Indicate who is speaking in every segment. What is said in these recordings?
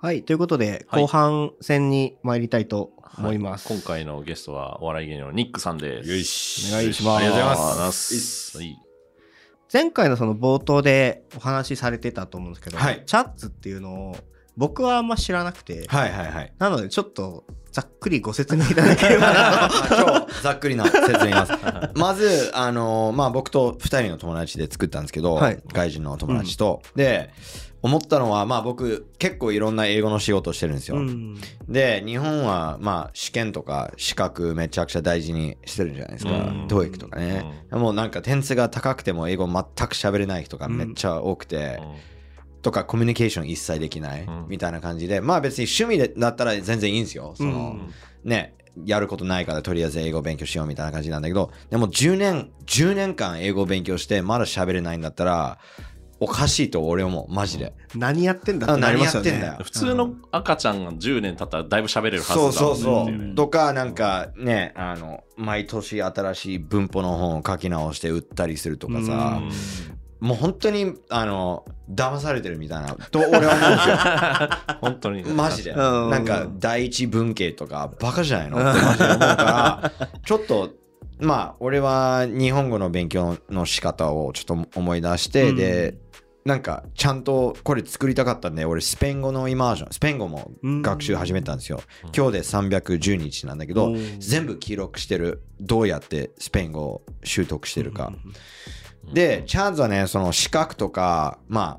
Speaker 1: はい。ということで、
Speaker 2: はい
Speaker 1: 後半戦に参りたいと思います。
Speaker 2: 今回のゲストはお笑い芸人のニックさんです。
Speaker 3: よいし
Speaker 1: お願いします
Speaker 2: ありがとうございます。はい
Speaker 1: 前回のその冒頭でお話しされてたと思うんですけど、
Speaker 3: はい
Speaker 1: チャッツっていうのを僕はあんま知らなくて、
Speaker 3: はいはいはい。
Speaker 1: なのでちょっとざっくりご説明いただければな
Speaker 3: まあ今日ざっくりな説明 ますまず、あのーまあ、僕と2人の友達で作ったんですけど、
Speaker 1: はい
Speaker 3: 外人の友達と、で思ったのは、まあ、僕結構いろんな英語の仕事をしてるんです
Speaker 1: と。
Speaker 3: よ、
Speaker 1: うん
Speaker 3: で日本は、まあ、試験とか資格めちゃくちゃ大事にしてるんじゃないです
Speaker 2: う
Speaker 3: か
Speaker 2: ん
Speaker 3: TOEIC とかね、もうなんか点数が高くても英語全く喋れない人がめっちゃ多くて、とかコミュニケーション一切できない
Speaker 2: うん
Speaker 3: みたいな感じで、まあ別に趣味でだったら全然いいんですよその、
Speaker 1: うん
Speaker 3: ね、やることないからとりあえず英語勉強しようみたいな感じなんだけど、でも10年、10年間英語を勉強してまだ喋れないんだったら、おかしいと俺思う、マジで。
Speaker 1: 何やってんだってなりますよね。
Speaker 3: 何やってんだよ
Speaker 2: 普通の赤ちゃんが10年経ったらだいぶ喋れるはずだ
Speaker 3: そうそう
Speaker 2: っ
Speaker 3: そ
Speaker 2: ていね
Speaker 3: う。とか、なんかね、あの、毎年新しい文法の本を書き直して売ったりするとかさ、もう本当に、あの、騙されてるみたいな、と俺は思うんですよ。
Speaker 2: 本当に。
Speaker 3: マジで。
Speaker 1: うん
Speaker 3: なんか、第一文系とか、バカじゃないのってマジで思うから、 ちょっと、まあ、俺は日本語の勉強の仕方をちょっと思い出して、
Speaker 1: うん
Speaker 3: で、なんか、ちゃんとこれ作りたかったんで、俺、スペイン語のイマージョン、スペイン語も学習始めたんですよ。
Speaker 2: うん
Speaker 3: 今日で310日なんだけど
Speaker 1: お、ー
Speaker 3: 全部記録してる。どうやってスペイン語を習得してるか。で、チャンズはね、その資格とか、まあ、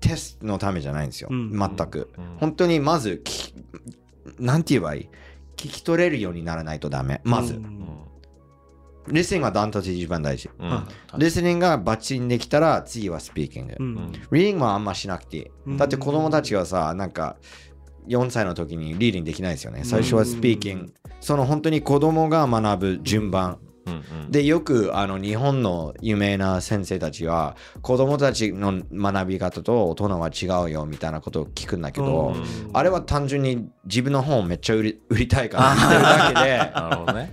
Speaker 3: テストのためじゃないんですよ。
Speaker 1: うん
Speaker 3: 全く。
Speaker 2: うん
Speaker 3: 本当にまず聞き、なんて言えばいい聞き取れるようにならないとダメ。まず
Speaker 1: う、
Speaker 2: うん
Speaker 1: ん
Speaker 3: リスニングはダントツ一番大事。
Speaker 2: うん
Speaker 1: あ
Speaker 3: リスニングがバッチリできたら、次はスピーキング
Speaker 1: う。
Speaker 2: うん
Speaker 1: ん
Speaker 3: リーディングはあんましなくていい。
Speaker 1: うん
Speaker 3: だって子供たちはさ、なんか、4歳の時にリーディングできないですよね。最初はスピーキン
Speaker 1: う
Speaker 3: グ。その本当に子供が学ぶ順番。
Speaker 2: うんうん
Speaker 3: でよくあの日本の有名な先生たちは子供たちの学び方と大人は違うよみたいなことを聞くんだけど、
Speaker 1: うん
Speaker 3: あれは単純に自分の本をめっちゃ売り売りたいから言ってるだけで
Speaker 2: なるほどね。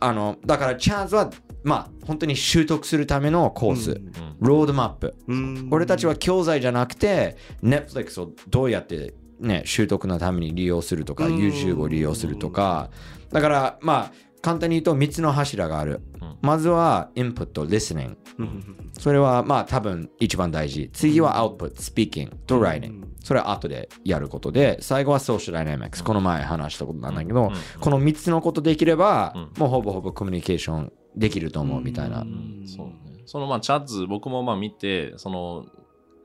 Speaker 3: あのだからチャンスはまあ本当に習得するためのコース、
Speaker 1: うん
Speaker 2: うん
Speaker 3: ロードマップ、
Speaker 1: うん
Speaker 3: 俺たちは教材じゃなくて Netflix をどうやってね習得のために利用するとか、
Speaker 1: うん
Speaker 3: YouTube を利用するとかだからまあ簡単に言うと3つの柱がある、
Speaker 2: うん
Speaker 3: まずはインプット listening
Speaker 1: うん
Speaker 3: それはまあ多分一番大事次はアウトプット speaking と writing、
Speaker 1: うん
Speaker 3: それは後でやることで最後は social dynamics この前話したことなんだけど、
Speaker 2: うん
Speaker 3: この3つのことできれば、
Speaker 2: うん
Speaker 3: もうほぼほぼコミュニケーションできると思うみたいな、
Speaker 1: うん
Speaker 2: そうね。そのまあチャッズ僕もまあ見てその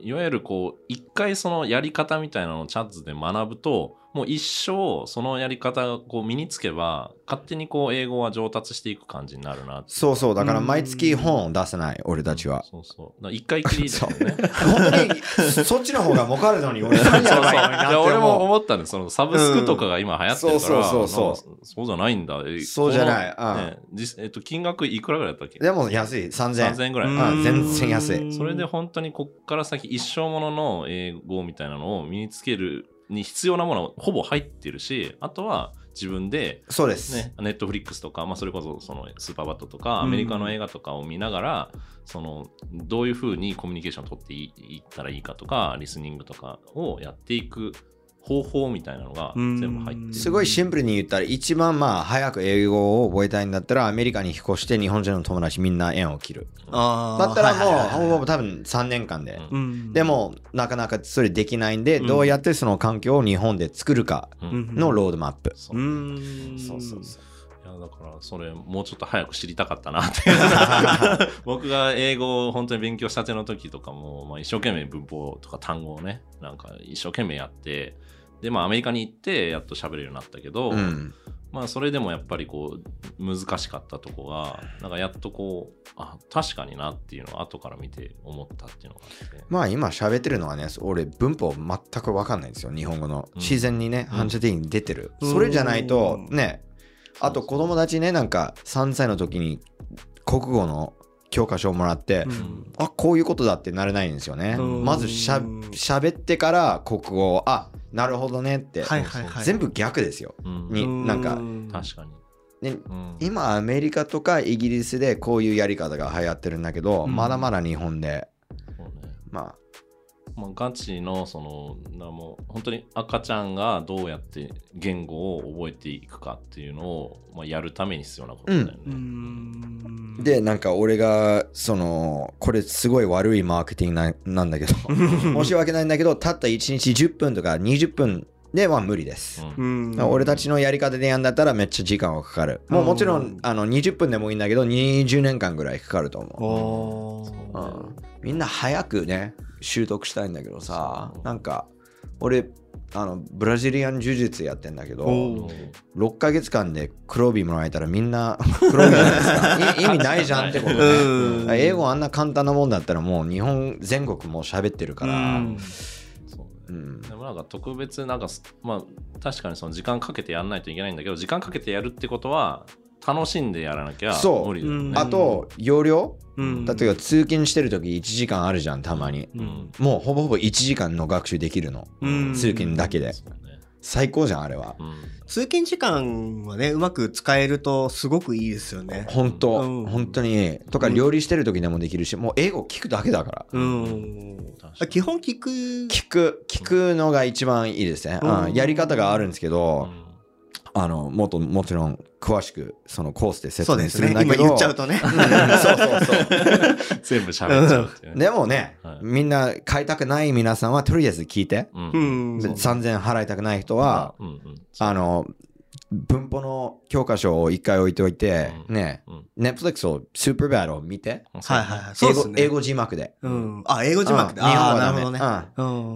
Speaker 2: いわゆるこう一回そのやり方みたいなのをチャッズで学ぶともう一生そのやり方がこう身につけば勝手にこう英語は上達していく感じになるなって
Speaker 3: そうそうだから毎月本を出せない俺たちは、
Speaker 2: そう そうだから一回きりですよね
Speaker 3: 本当にそっちの方が儲かるのに 俺
Speaker 2: そう
Speaker 3: 何
Speaker 2: そ
Speaker 3: や
Speaker 2: う
Speaker 3: ば
Speaker 2: い
Speaker 3: いなって
Speaker 2: や俺も
Speaker 3: 思
Speaker 2: 思ったねそのサブスクとかが今流行ってるから、
Speaker 3: うんそうそうそう
Speaker 2: なんかそうじゃないんだえ
Speaker 3: うそうじゃない、
Speaker 2: こ
Speaker 3: う
Speaker 2: の
Speaker 3: ん
Speaker 2: ね実えっと、金額いくらぐらいだったっけ
Speaker 3: でも安い3000
Speaker 2: 3000円ぐらい、
Speaker 1: う
Speaker 3: あ
Speaker 1: ん
Speaker 3: 全然安い
Speaker 2: それで本当にこっから先一生ものの英語みたいなのを身につけるに必要なものはほぼ入ってるしあとは自分で、
Speaker 3: そうです、
Speaker 2: ね、ネットフリックスとか、まあ、それこそそのスーパーバットとか
Speaker 1: うん
Speaker 2: アメリカの映画とかを見ながら、そのどういうふうにコミュニケーションを取っていいったらいいかとかリスニングとかをやっていく方法みたいなのが全部入って
Speaker 1: うん
Speaker 2: る。
Speaker 3: すごいシンプルに言ったら一番まあ早く英語を覚えたいんだったらアメリカに引っ越して日本人の友達みんな縁を切る
Speaker 1: あー
Speaker 3: だったらも
Speaker 1: は
Speaker 3: う
Speaker 1: いはいはい
Speaker 3: ほぼほぼ多分3年間で、
Speaker 2: う
Speaker 1: うん
Speaker 3: でもなかなかそれできないんで、
Speaker 1: うん
Speaker 3: どうやってその環境を日本で作るか
Speaker 2: うん
Speaker 3: のロードマップ、
Speaker 2: そうう
Speaker 1: ーん
Speaker 2: いやだからそれもうちょっと早く知りたかったな って僕が英語を本当に勉強したての時とかも、まあ、一生懸命文法とか単語をねなんか一生懸命やってでまあアメリカに行ってやっと喋れるようになったけど、
Speaker 3: うん、
Speaker 2: まあそれでもやっぱりこう難しかったとこがなんかやっとこうあ確かになっていうのを後から見て思ったっていうのがあって、
Speaker 3: まあ今喋ってるのはね俺文法全く分かんないんですよ日本語の
Speaker 2: うん
Speaker 3: 自然にね、
Speaker 2: うん
Speaker 3: 反射的に出てる、
Speaker 1: うん
Speaker 3: それじゃないとねあと子供たちねなんか3歳の時に国語の教科書をもらって、
Speaker 1: うん
Speaker 3: あこういうことだってなれないんですよね。
Speaker 2: うん
Speaker 3: まずしゃ喋ってから国語をあなるほどねって、
Speaker 1: はいはいはい
Speaker 3: 全部逆ですよ。
Speaker 2: うん
Speaker 3: になんか
Speaker 2: 確かに、
Speaker 3: ね
Speaker 2: うん
Speaker 3: 今アメリカとかイギリスでこういうやり方が流行ってるんだけど、
Speaker 1: うん
Speaker 3: まだまだ日本で
Speaker 2: そうね
Speaker 3: まあ
Speaker 2: まあ、ガチのそのなもう本当に赤ちゃんがどうやって言語を覚えていくかっていうのを、まあ、やるために必要なことだよね。
Speaker 1: ん
Speaker 3: で、なんか俺が、その、これすごい悪いマーケティングななんだけど、申し訳ないんだけど、たった1日10分とか20分では無理です。
Speaker 2: うん
Speaker 1: うん
Speaker 3: 俺たちのやり方でやんだったらめっちゃ時間はかかる。もうもちろ
Speaker 1: うん
Speaker 3: ん、あの、20分でもいいんだけど、20年間ぐらいかかると思う。
Speaker 1: おー
Speaker 3: うんみんな早くね習得したいんだけどさ
Speaker 2: そう
Speaker 3: なんか俺あのブラジリアン柔術やってんだけ
Speaker 1: お
Speaker 3: ど
Speaker 1: う
Speaker 3: 6ヶ月間で黒帯もらえたらみんな 黒帯じゃない ですかい意味ないじゃんってこと
Speaker 1: う
Speaker 3: ね
Speaker 1: ん
Speaker 3: 英語あんな簡単なもんだったらもう日本全国もう喋ってるから、
Speaker 1: うん
Speaker 2: そうね
Speaker 3: うん
Speaker 2: でもなんか特別なんかすまあ確かにその時間かけてやらないといけないんだけど時間かけてやるってことは楽しんでやらなきゃ
Speaker 3: そう
Speaker 2: 無理だよ
Speaker 1: う
Speaker 2: ね。
Speaker 1: ん
Speaker 3: あと容量
Speaker 1: うん
Speaker 3: 例えば通勤してる時1時間あるじゃんたまに
Speaker 1: うん
Speaker 2: うん
Speaker 3: もうほぼほぼ1時間の学習できるの
Speaker 1: うん
Speaker 3: 通勤だけで
Speaker 2: そうね
Speaker 3: 最高じゃんあれは
Speaker 2: うん
Speaker 1: 通勤時間はねうまく使えるとすごくいいですよね。
Speaker 3: 本当、
Speaker 1: うん
Speaker 3: 本当にとか
Speaker 1: うん
Speaker 3: 料理してる時でもできるし、もう英語聞くだけだから
Speaker 1: うん
Speaker 2: 確か
Speaker 1: あ
Speaker 2: に
Speaker 1: 基本聞く。
Speaker 3: 聞く聞くのが一番いいですね、うん
Speaker 1: うん
Speaker 3: やり方があるんですけ
Speaker 2: う
Speaker 3: ど、
Speaker 2: ん
Speaker 3: あのもっともちろん詳しくそのコースで説
Speaker 1: そう
Speaker 3: 明
Speaker 1: ですす
Speaker 3: る
Speaker 1: ね。
Speaker 3: んだけど
Speaker 1: 今言っちゃうとね。
Speaker 3: うんそうそうそう
Speaker 2: 全部喋っちゃうっていうね。
Speaker 3: でもね、
Speaker 2: はい
Speaker 3: みんな買いたくない皆さんはとりあえず聞いて、
Speaker 2: うん
Speaker 1: うん
Speaker 3: で3000円払いたくない人は、
Speaker 2: うんうん
Speaker 3: あの文法の教科書を一回置いておいて、
Speaker 2: うん
Speaker 3: ね
Speaker 2: うん
Speaker 3: Netflix を「スーパーバトル」を見て
Speaker 1: はいはいはい。そう
Speaker 3: 英
Speaker 1: です
Speaker 3: 語,、
Speaker 1: ね。
Speaker 3: 英語字幕で、
Speaker 1: うん。あ、英語字幕で。
Speaker 3: うん日本
Speaker 1: あ
Speaker 3: は
Speaker 1: あ、な
Speaker 3: ダ
Speaker 1: る
Speaker 3: メ
Speaker 1: ほど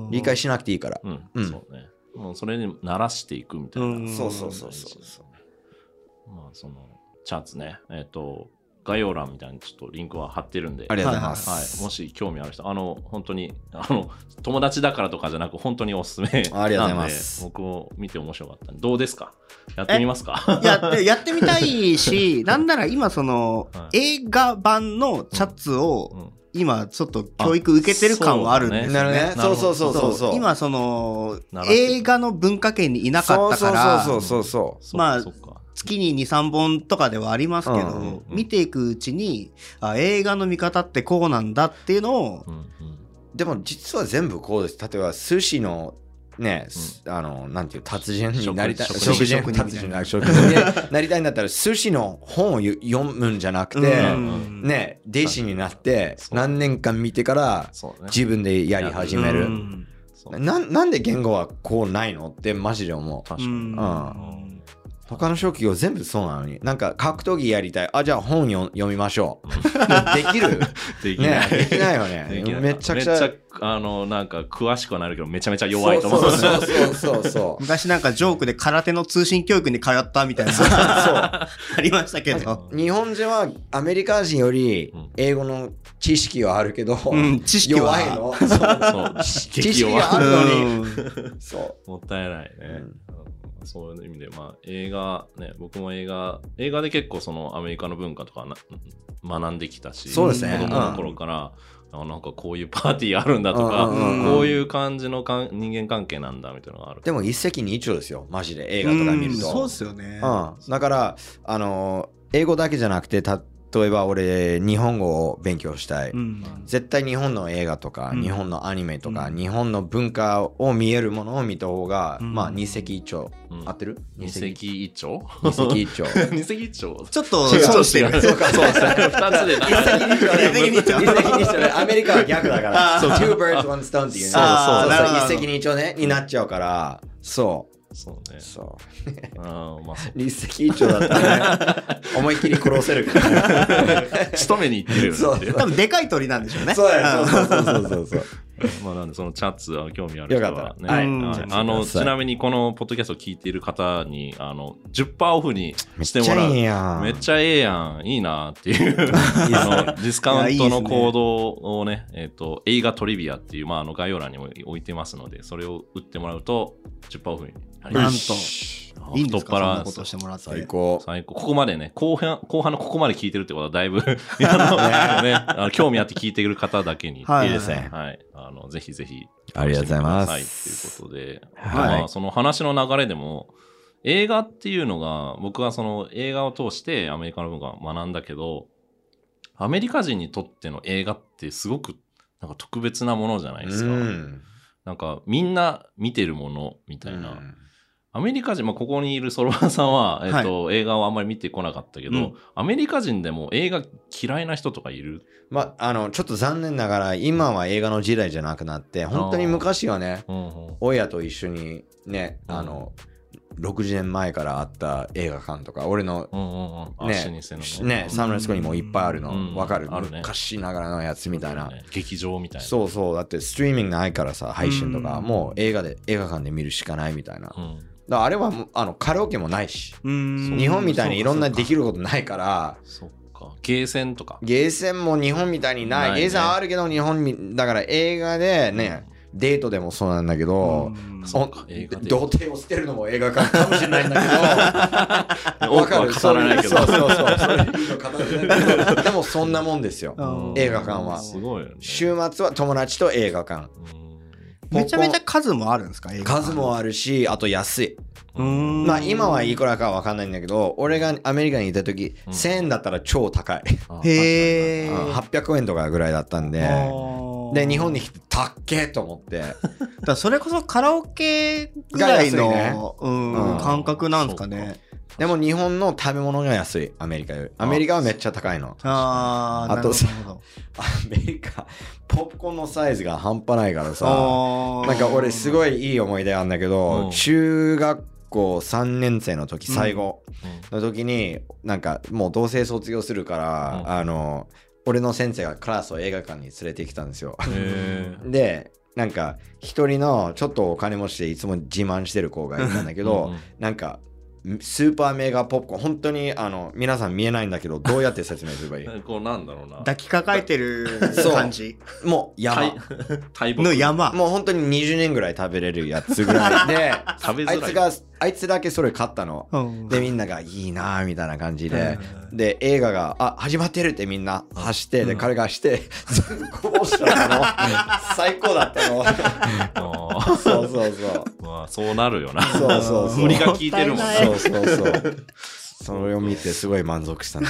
Speaker 1: ね。うん
Speaker 3: 理解しなくていいから、
Speaker 2: うん、
Speaker 3: うん
Speaker 2: そうね。もうそれに慣らしていくみたいな。。
Speaker 1: うんそうそう
Speaker 3: そうそうそう
Speaker 2: まあそのチャーツね、えっ、と概要欄みたいにちょっとリンクは貼ってるんで。
Speaker 3: ありがとうございま
Speaker 2: はい、
Speaker 3: す、
Speaker 2: もし興味ある人、あの、本当に、あの、友達だからとかじゃなく、本当におすすめなんで。
Speaker 3: ありがとうございます
Speaker 2: 僕も見て面白かったんでどうですかやってみますか
Speaker 1: やって、やってみたい し、なんなら今その
Speaker 2: は、
Speaker 1: 映画版のチャッツ
Speaker 2: う
Speaker 1: を、
Speaker 2: ん
Speaker 1: 今ちょっと教育受けてる感はあるんです
Speaker 2: あ
Speaker 1: よ
Speaker 3: なるほど
Speaker 1: ね
Speaker 3: ね。そうそうそうそうそう
Speaker 1: 今その
Speaker 2: 習ってる
Speaker 1: 映画の文化圏にいなかったから
Speaker 3: そうそうそうそ
Speaker 2: そっか
Speaker 1: まあ
Speaker 2: そっか
Speaker 1: 月に23本とかではありますけど、
Speaker 3: うんうん
Speaker 2: うん
Speaker 1: 見ていくうちにあ映画の見方ってこうなんだっていうのを
Speaker 2: うんうん
Speaker 3: うでも実は全部こうです例えば寿司のね、すあのなんていう達人になりたい
Speaker 2: 食
Speaker 3: 食
Speaker 1: 食
Speaker 3: 人
Speaker 1: 食人
Speaker 3: 達人な食人になりたいんだったら寿司の本をゆ読むんじゃなくて、
Speaker 1: うん
Speaker 3: ね弟子になって
Speaker 2: そう
Speaker 3: 何年間見てから
Speaker 2: そうね。
Speaker 3: 自分でやり始め
Speaker 1: う
Speaker 3: る、
Speaker 1: ん
Speaker 2: そう
Speaker 3: ななんで言語はこうないのってマジで思う
Speaker 2: 確か
Speaker 1: う
Speaker 2: に。
Speaker 1: ん
Speaker 3: うん他の職業全部そうなのになんか格闘技やりたいあじゃあ本よ読みましょうできる
Speaker 2: できな
Speaker 3: ね
Speaker 2: い。
Speaker 3: できないよ
Speaker 2: で
Speaker 3: ね
Speaker 2: きない
Speaker 3: めちゃくち
Speaker 2: めっち
Speaker 3: ゃ
Speaker 2: ゃあのなんか詳しくはなるけどめちゃめちゃ弱いと思う
Speaker 3: そうそうそうそうそうそう
Speaker 1: 昔なんかジョークで空手の通信教育に通ったみたいなありましたけ ど、
Speaker 3: 日本人はアメリカ人より
Speaker 2: うん
Speaker 3: 英語の知識はあるけど、
Speaker 1: うん、知識は
Speaker 3: 弱いのそう
Speaker 2: そう
Speaker 3: 知識があるのにそ
Speaker 2: もったいないね、
Speaker 3: うん
Speaker 2: あのそういう意味で、まあ、映画ね僕も映画映画で結構そのアメリカの文化とかな学んできたし
Speaker 3: そうです
Speaker 1: ね
Speaker 2: 子供の頃から、あなんかこういうパーティーあるんだ
Speaker 3: う
Speaker 2: とか、
Speaker 3: うんうんうん
Speaker 2: こういう感じのかん人間関係なんだみたいなのがある
Speaker 3: でも一石二鳥ですよマジで映
Speaker 1: う
Speaker 3: 画とか
Speaker 1: ん
Speaker 3: 見ると、
Speaker 1: そう
Speaker 3: う
Speaker 1: っすよね、
Speaker 3: んだからあの英語だけじゃなくて例えば俺日本語を勉強したい、
Speaker 1: うん
Speaker 3: 絶対日本の映画とか、
Speaker 1: うん
Speaker 3: 日本のアニメとか、
Speaker 1: うん
Speaker 3: 日本の文化を見えるものを見た方が、
Speaker 1: うん
Speaker 3: まあ二石一鳥、
Speaker 2: うん
Speaker 3: 合ってる
Speaker 2: 二石一鳥
Speaker 3: 二石一鳥
Speaker 2: 二石一 鳥
Speaker 1: ちょっと
Speaker 2: 違う
Speaker 1: 損してる
Speaker 2: 違う
Speaker 3: そうかそうか
Speaker 2: 2つでなんか
Speaker 3: 一石 二鳥一石二鳥ねアメリカは逆だから
Speaker 1: あー
Speaker 3: そう two birds one stone っていうね
Speaker 1: そうそうなるほど
Speaker 3: 一石二鳥ねになっちゃうからそ
Speaker 2: そうね
Speaker 3: うそ
Speaker 2: あーまあそう
Speaker 3: う一石一鳥だった らね思いっきり殺せるからね
Speaker 2: 勤めに行ってるよね
Speaker 3: そう
Speaker 2: っていう
Speaker 1: 多分でかい鳥なんでしょうね
Speaker 3: そうだよそうそうそうそう
Speaker 2: まあなんでそのチャッツは興味ある人
Speaker 3: よか
Speaker 2: は
Speaker 3: っ
Speaker 2: ね、
Speaker 3: たら
Speaker 1: はい
Speaker 2: はい
Speaker 1: チャッツくだ
Speaker 3: さい
Speaker 2: あのちなみにこのポッドキャストを聞いている方にあの10%オフにしてもらう。
Speaker 3: や
Speaker 2: めっちゃええやん、いいなっ ていう、あのディスカウントの行動をね、えっ、と、映画トリビアっていう、まあ、あの概要欄にも置いてますので、それを売ってもらうと10%オフになり
Speaker 1: な
Speaker 2: ま
Speaker 1: ん
Speaker 2: す。
Speaker 1: といいんですかそんなことしてもらって
Speaker 3: 最高
Speaker 2: 最高。ここまでね、後半、後半のここまで聞いてるってことは、だいぶ、あのね、あの興味あって聞いてくる方だけに、
Speaker 1: はい
Speaker 3: いいですね
Speaker 2: はい、あのぜひぜひ
Speaker 3: ありがとうございます
Speaker 2: 楽しんでみてくださいということで、
Speaker 3: はい
Speaker 2: まあ、その話の流れでも映画っていうのが僕はその映画を通してアメリカの文化を学んだけどアメリカ人にとっての映画ってすごくなんか特別なものじゃないですか。
Speaker 3: うん
Speaker 2: なんかみんな見てるものみたいな。
Speaker 3: うん
Speaker 2: アメリカ人、まあ、ここにいるソ ロバンさんは、えっと映画をあんまり見てこなかったけど、
Speaker 1: うん
Speaker 2: アメリカ人でも映画嫌いな人とかいる
Speaker 3: まあのちょっと残念ながら今は映画の時代じゃなくなって本当に昔はね
Speaker 2: うんうん
Speaker 3: 親と一緒にねあの60年前からあった映画館とか俺の
Speaker 2: うんうんうんあ
Speaker 3: ね
Speaker 2: 老舗の
Speaker 3: ねサンフランシスコにもいっぱいある
Speaker 2: うん
Speaker 3: のわかる
Speaker 2: あるね
Speaker 3: 昔ながらのやつみたいな
Speaker 2: ね劇場みたいな。
Speaker 3: そうそうだってストリーミングないからさ配信とか
Speaker 1: うん
Speaker 3: もう映画で映画館で見るしかないみたいなだか
Speaker 2: うん
Speaker 3: らあれはもうあのカラオケもないし
Speaker 1: うん
Speaker 3: 日本みたいにいろんな
Speaker 2: そうかそうか
Speaker 3: できることないから
Speaker 2: そっか。ゲーセンとか。
Speaker 3: ゲーセンも日本みたいにない
Speaker 2: ないね
Speaker 3: ゲーセンはあるけど日本みだから映画でね、デートでもそうなんだけど、
Speaker 1: うん
Speaker 2: そう
Speaker 3: ほん
Speaker 2: か映画で
Speaker 3: 童貞を捨てるのも映画館かもしれないんだ
Speaker 2: ね
Speaker 3: け ど
Speaker 2: 多くは語らないけど。
Speaker 3: そうそうそうそういうの語らないけどでもそんなもんですよ
Speaker 1: うん
Speaker 2: うん
Speaker 3: 映画館は
Speaker 2: すごいよね。
Speaker 3: 週末は友達と映画館
Speaker 1: めちゃめちゃ数もあるんですか映画
Speaker 3: 数もあるしあと安い
Speaker 2: うん
Speaker 1: うん
Speaker 3: まあ今はいくらかわかんないんだけど俺がアメリカにいた時
Speaker 2: うん
Speaker 3: 1000円だったら超高い、
Speaker 2: あ
Speaker 1: へえ
Speaker 3: うん800円とかぐらいだったんでで日本に来てたっけと思って
Speaker 1: だからそれこそカラオケぐらい
Speaker 3: が安いね
Speaker 1: のうん
Speaker 3: うん
Speaker 1: 感覚なんですかね
Speaker 3: でも日本の食べ物が安いアメリカよりアメリカはめっちゃ高いの
Speaker 1: ああ
Speaker 3: あとさ
Speaker 1: あ
Speaker 3: アメリカポップコーンのサイズが半端ないからさ
Speaker 1: あ
Speaker 3: なんか俺す
Speaker 1: い
Speaker 3: ごいいい思い出あんだけ
Speaker 2: うん
Speaker 3: ど中学校3年生の時最後
Speaker 2: 確かに
Speaker 3: の時になんかもう同棲卒業するから、
Speaker 2: うん
Speaker 3: あの俺の先生がクラスを映画館に連れてきたんですよ
Speaker 2: うんへー
Speaker 3: でなんか一人のちょっとお金持ちでいつも自慢してる子がいたんだけど、
Speaker 2: うんうん
Speaker 3: なんかスーパーメガポップコーン本当にあの皆さん見えないんだけどどうやって説明すればい い
Speaker 2: こうなんだろうな。
Speaker 1: 抱きかかえてる
Speaker 3: そう
Speaker 1: 感じ
Speaker 3: もう山
Speaker 2: 大木
Speaker 1: の山
Speaker 3: もう本当に20年ぐらい食べれるやつぐらい で
Speaker 2: 食べ
Speaker 3: あい
Speaker 2: づら
Speaker 3: つ
Speaker 2: い。
Speaker 3: があいつだけそれ買ったの
Speaker 1: うん
Speaker 3: でみんながいいなーみたいな感じ
Speaker 1: うん
Speaker 3: で、で映画が「あ始まってる」ってみんな走って、
Speaker 2: う
Speaker 3: で
Speaker 2: ん
Speaker 3: 彼がして 全部こぼ したの最高だったの
Speaker 2: あー
Speaker 3: そうそうそう
Speaker 2: まあそうなるよな。
Speaker 3: そうそうそう
Speaker 2: 無理が効いてるもん
Speaker 1: もったい
Speaker 2: ね
Speaker 1: な
Speaker 3: そ。うそうそうそれを見てすごい満足したね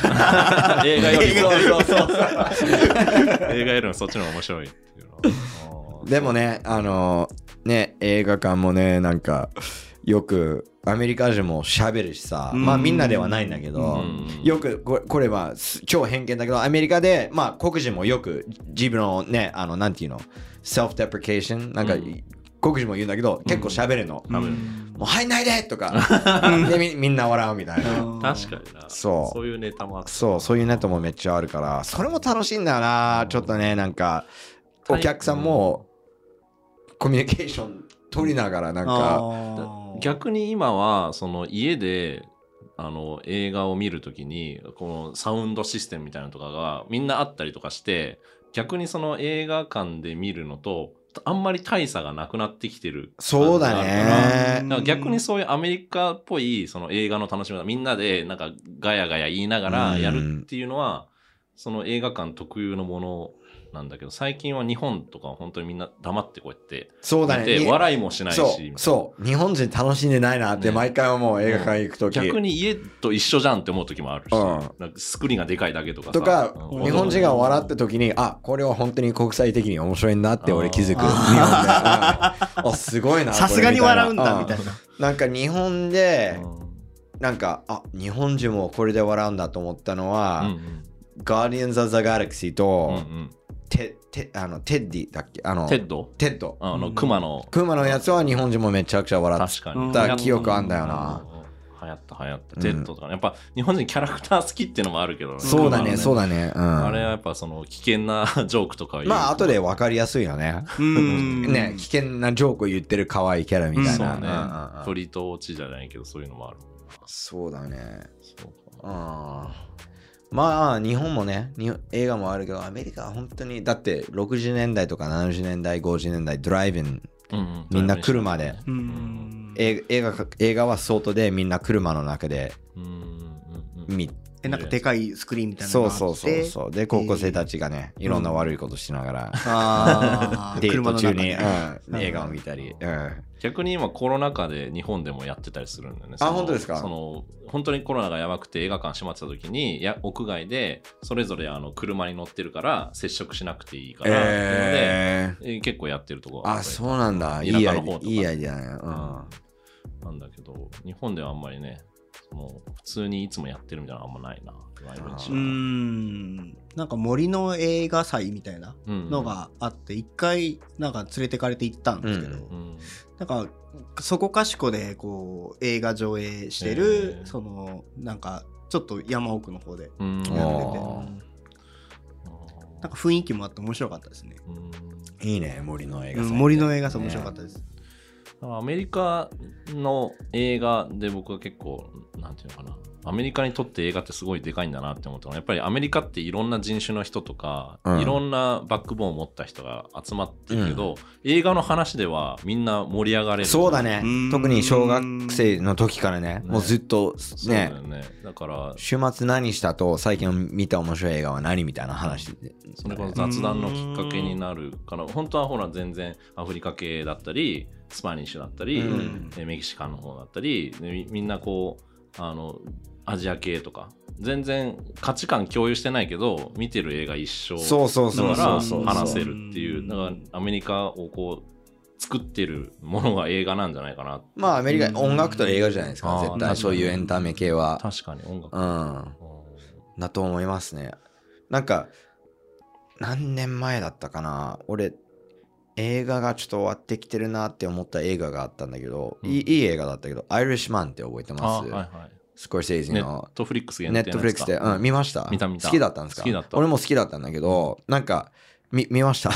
Speaker 2: 映画よりも
Speaker 3: そうそうそう
Speaker 2: 映画よりもそっちの方が面白いっていうの は。あー
Speaker 3: でもね、あのね、映画館もね、なんか、よく、アメリカ人も喋るしさ、
Speaker 1: うん
Speaker 3: まあみんなではないんだけ
Speaker 2: う
Speaker 3: ど、
Speaker 2: ん
Speaker 3: よくこれ、これはす超偏見だけど、アメリカで、まあ黒人もよく自分のね、あの、なんていうの、self-deprecation、なんか、
Speaker 2: うん
Speaker 3: 黒人も言うんだけど、結構喋るの。
Speaker 2: 多分
Speaker 3: もう入んないでとか、 でみ、みんな笑うみたいな。
Speaker 2: 確かにな。
Speaker 3: そう
Speaker 2: そういうネタもあって
Speaker 3: そう、そういうネットもめっちゃあるから、それも楽しいんだよな、ちょっとね、なんか、お客さんもコミュニケーション取りながらなんか、
Speaker 1: か
Speaker 2: 逆に今はその家であの映画を見るときにこのサウンドシステムみたいなのとかがみんなあったりとかして逆にその映画館で見るのとあんまり大差がなくなってきてる
Speaker 3: そうだ
Speaker 2: だ
Speaker 3: ね。
Speaker 2: から逆にそういうアメリカっぽいその映画の楽しみ方みんなでなんかガヤガヤ言いながらやるっていうのはその映画館特有のものなんだけど最近は日本とかは本当にみんな黙ってこうやって
Speaker 3: そうだ
Speaker 2: 見
Speaker 3: ね。
Speaker 2: て
Speaker 3: に
Speaker 2: 笑いもしないし
Speaker 3: そう、そう。日本人楽しんでないなって
Speaker 2: ね
Speaker 3: 毎回思う、映画館行くとき。
Speaker 2: 逆に家と一緒じゃんって思う時もあるし、
Speaker 3: うん
Speaker 2: なんかスクリーンがでかいだけとかさ
Speaker 3: とか
Speaker 2: う、ん
Speaker 3: 日本人が笑った時に、あ、これは本当に国際的に面白いんだって俺 気づく。日本で。うんあ、すごいな。
Speaker 1: さすがに笑うんだみ
Speaker 3: これ
Speaker 1: たいな
Speaker 3: な。なんか日本で、なんか、あ、日本人もこれで笑うんだと思ったの
Speaker 2: うんう
Speaker 3: は、
Speaker 2: ん
Speaker 3: ガーディアンズ・ザ・ガラクシー
Speaker 2: うんう
Speaker 3: と、
Speaker 2: ん
Speaker 3: テテあのテッディだっけあの
Speaker 2: テッド
Speaker 3: テッド。
Speaker 2: あ
Speaker 1: う
Speaker 2: の
Speaker 1: ん
Speaker 2: 熊の
Speaker 3: クマのやつは日本人もめちゃくちゃ笑って
Speaker 2: 確かに
Speaker 1: だ
Speaker 3: 記憶あんだよな
Speaker 2: うんうんうん流行った流行った
Speaker 3: うん
Speaker 2: テッドとかねやっぱ日本人キャラクター好きっていうのもあるけどね
Speaker 3: そうだ
Speaker 2: 熊
Speaker 3: ね、
Speaker 2: の
Speaker 3: そうだね。うん、
Speaker 2: あれはやっぱその危険なジョークとかを言う
Speaker 3: まあ、後で分かりやすいよね。
Speaker 1: うん
Speaker 3: ね、危険なジョークを言ってる可愛いキャラみたい
Speaker 2: そう
Speaker 3: な。
Speaker 2: ね
Speaker 3: うんうんうん
Speaker 2: 鳥と落ちじゃないけどそういうのもある
Speaker 3: そうだね。
Speaker 2: そう
Speaker 3: う
Speaker 2: か
Speaker 3: んまあ、日本もね、に映画もあるけど、アメリカは本当に、だって60年代とか70年代、50年代、ドライブン、
Speaker 2: うんうん
Speaker 3: みんな車で
Speaker 1: う
Speaker 2: うん
Speaker 1: ん
Speaker 3: え映画か映画は外でみんな車の中で
Speaker 2: うんうんうん
Speaker 3: 見
Speaker 1: で、なんかでかいスクリーンみたいなの
Speaker 3: そ
Speaker 1: があ
Speaker 3: う
Speaker 1: って。
Speaker 3: そうそうそうで高校生たちがねいろんな悪いことしながら、
Speaker 1: ああ、
Speaker 3: デー
Speaker 1: 車
Speaker 3: ト
Speaker 1: の
Speaker 3: 中
Speaker 1: 中
Speaker 3: に、
Speaker 1: で
Speaker 3: う。ん、映画を見たり、うん、
Speaker 2: 逆に今コロナ禍で日本でもやってたりするんだよね。そ
Speaker 3: あ
Speaker 2: の
Speaker 3: 本当ですか
Speaker 2: その本当にコロナがやばくて映画館閉まってた時にいや屋外でそれぞれあの車に乗ってるから接触しなくていいから、
Speaker 3: え
Speaker 2: っていうのでえー結構やってるとこ
Speaker 3: ー、あそう
Speaker 2: う
Speaker 3: なんだい
Speaker 2: 田
Speaker 3: いア
Speaker 2: 舎
Speaker 3: イ
Speaker 2: の
Speaker 3: デ
Speaker 2: 方
Speaker 3: ア
Speaker 2: とか
Speaker 3: いいアイデアね、うん
Speaker 2: なんだけど日本ではあんまりねもう普通にいつもやってるみたいなのあんまないな。ライブにし
Speaker 1: う
Speaker 2: ろ
Speaker 1: ーん。なんか森の映画祭みたいな
Speaker 2: うん
Speaker 1: のがあって、一回、なんか連れてかれて行ったんですけど、
Speaker 3: うん
Speaker 2: うん
Speaker 1: なんか、そこかしこで、こう、映画上映してる
Speaker 2: へ、ー
Speaker 1: その、なんか、ちょっと山奥の方で
Speaker 2: う
Speaker 1: や
Speaker 2: ん
Speaker 3: あ
Speaker 1: ってて、
Speaker 3: ー
Speaker 1: なんか雰囲気もあって面白かったですね。
Speaker 2: うん
Speaker 3: いいね森の映
Speaker 1: う
Speaker 3: 画祭、
Speaker 1: ん森の映画祭面白かったです。
Speaker 2: アメリカの映画で僕は結構、なんていうのかな、アメリカにとって映画ってすごいでかいんだなって思ったのは、やっぱりアメリカっていろんな人種の人とか、
Speaker 3: うん
Speaker 2: いろんなバックボーンを持った人が集まってるけど、映画の話ではみんな盛り上がれる。
Speaker 3: そうだね
Speaker 1: うん
Speaker 3: 特に小学生の時からね
Speaker 2: ね
Speaker 3: もうずっと
Speaker 2: そうだ
Speaker 3: ね
Speaker 2: よね。だから、
Speaker 3: 週末何したと最近見た面白い映画は何みたいな話で
Speaker 2: それこそ雑談のきっかけになるから、本当はほら全然アフリカ系だったり、スパニッシュだったり、
Speaker 3: うん
Speaker 2: えーメキシカンの方だったりでみみんなこうあのアジア系とか全然価値観共有してないけど見てる映画一緒
Speaker 3: そうそう
Speaker 2: だ
Speaker 3: そう
Speaker 2: か
Speaker 3: そ
Speaker 2: ら
Speaker 3: うそう
Speaker 2: 話せるっていううんだからアメリカをこう作ってるものが映画なんじゃないかな
Speaker 3: まあアメリカ音楽と映画じゃないです
Speaker 2: あ
Speaker 3: か
Speaker 2: ー
Speaker 3: 絶
Speaker 2: 確か
Speaker 3: 対
Speaker 2: に
Speaker 3: そういうエンタメ系は
Speaker 2: 確かに音楽、
Speaker 3: うんだと思いますねなんか何年前だったかな俺映画がちょっと終わってきてるなって思った映画があったんだけど、
Speaker 2: うん
Speaker 3: いいいい映画だったけど「アイリッシュマン」って覚えて
Speaker 2: あ
Speaker 3: ま
Speaker 2: はい
Speaker 3: す、
Speaker 2: は
Speaker 3: スコルセー
Speaker 2: い
Speaker 3: ジ
Speaker 2: ネ
Speaker 3: の
Speaker 2: ットフリックス限
Speaker 3: ネ
Speaker 2: 定
Speaker 3: ットフリックスで、うん、見ました
Speaker 2: 見た見た
Speaker 3: 好きだったんですか
Speaker 2: 好きだった
Speaker 3: 俺も好きだったんだけどなんか見見ました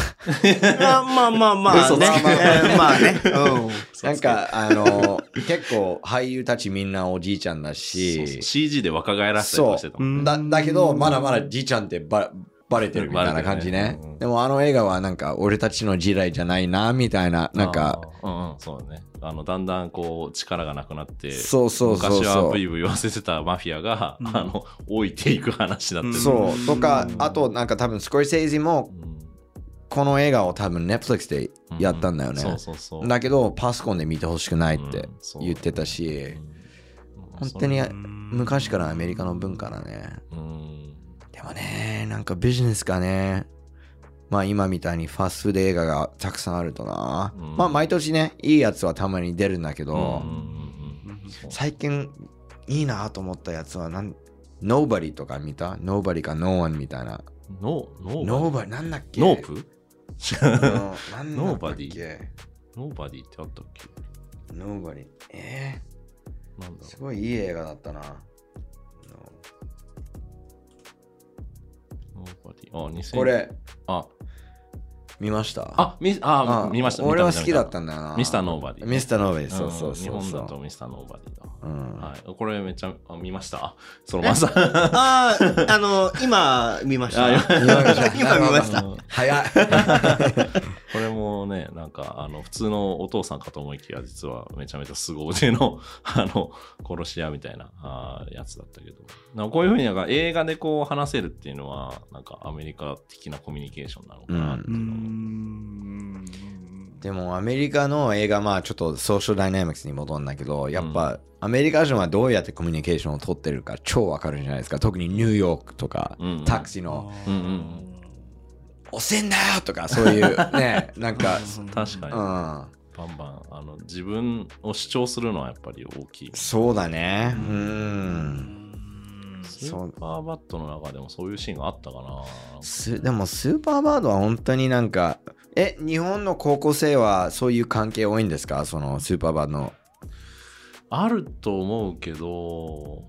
Speaker 1: まあまあまあまあ
Speaker 3: 嘘
Speaker 1: ね
Speaker 3: つけ。
Speaker 1: えーまあね。うん
Speaker 3: なんかあの結構俳優たちみんなおじいちゃんだ
Speaker 2: そうそう
Speaker 3: し
Speaker 2: CG で若返らせたりとかしてたもんね
Speaker 1: そう
Speaker 3: だだけどまだまだじいちゃんってばバレてるみたいな感じ
Speaker 2: バレ
Speaker 3: ね
Speaker 2: てるねうん
Speaker 3: でもあの映画はなんか俺たちの時代じゃないなみたいななんか
Speaker 2: あーうんうん、そうだねあのだんだんこう力がなくなって
Speaker 3: そうそうそう
Speaker 2: 昔は
Speaker 3: そ
Speaker 2: ブイブイ言わせてたマフィアが、
Speaker 1: うん
Speaker 2: あの置いていく話だった
Speaker 3: う
Speaker 2: り
Speaker 1: ブ
Speaker 3: そうとかあとなんか多分スコイセイジもこの映画を多分 Netflix でやったんだよね
Speaker 2: そうそうそう
Speaker 3: だけどパソコンで見てほしくないって
Speaker 2: うんそう
Speaker 3: 言ってたし本当に昔からアメリカの文化だね
Speaker 2: うん
Speaker 3: でもねなんかビジネスがねまあ今みたいにファストフード映画がたくさんあるとな、
Speaker 2: うん
Speaker 3: まあ毎年ねいいやつはたまに出るんだけ
Speaker 2: うんうん
Speaker 3: ど、
Speaker 2: うんうんそう
Speaker 3: 最近いいなと思ったやつはなん「Nobody」とか見た ?Nobody か No One みたいな
Speaker 2: ノーノーバ
Speaker 3: Nobody なんだっ
Speaker 2: デ
Speaker 3: け
Speaker 2: ィノープ
Speaker 3: あのなんだっ
Speaker 2: Nobody
Speaker 3: け
Speaker 2: ノーバディってあったっけ
Speaker 3: Nobody え
Speaker 2: なんだ
Speaker 3: ー、
Speaker 2: ろ
Speaker 3: すごいいい映画だったな
Speaker 2: うノーバディあ2000
Speaker 3: これ
Speaker 2: あ
Speaker 3: 見ました
Speaker 2: あみあ見ました見た
Speaker 3: 俺は
Speaker 2: 見た
Speaker 3: 好
Speaker 2: 見
Speaker 3: き
Speaker 2: た
Speaker 3: だったんだよな
Speaker 2: ミスターノーバディ
Speaker 3: ミスターノーバディそう
Speaker 2: うん
Speaker 3: そうそうそう
Speaker 2: 日本だとミスターノーバディだ
Speaker 3: うん
Speaker 2: はい、これめっちゃあ見ま したそのまさ
Speaker 1: ああ、あの、今見ました
Speaker 2: あ。
Speaker 3: 今見ました
Speaker 1: 今見ました。
Speaker 2: こ
Speaker 3: 早い
Speaker 2: れもねなんかあの普通のお父さんかと思いきや実はめちゃめちゃ凄腕の あの殺し屋みたいなあーやつだったけどなんかこういうふうになんか映画でこう話せるっていうのはなんかアメリカ的なコミュニケーションなのかなって
Speaker 1: うー
Speaker 2: いうのも
Speaker 1: ん
Speaker 3: でもアメリカの映画まあちょっとソーシャルダイナミクスに戻るんだけどやっぱアメリカ人はどうやってコミュニケーションを取ってるか超わかるじゃないですか特にニューヨークとか
Speaker 2: うんうん
Speaker 3: タクシー
Speaker 1: あ
Speaker 3: の
Speaker 1: ー
Speaker 2: うんうん
Speaker 3: 「押せんなよ!」とかそういう ねなんか
Speaker 2: 確かに、
Speaker 3: う
Speaker 2: バンバンあの自分を主張するのはやっぱり大きい
Speaker 3: んそうだねう
Speaker 1: うんん
Speaker 2: スーパーバットの中でもそういうシーンがあったかな
Speaker 3: すでもスーパーバードは本当になんかえ日本の高校生はそういう関係多いんですかそのスーパーバードの
Speaker 2: あると思うけど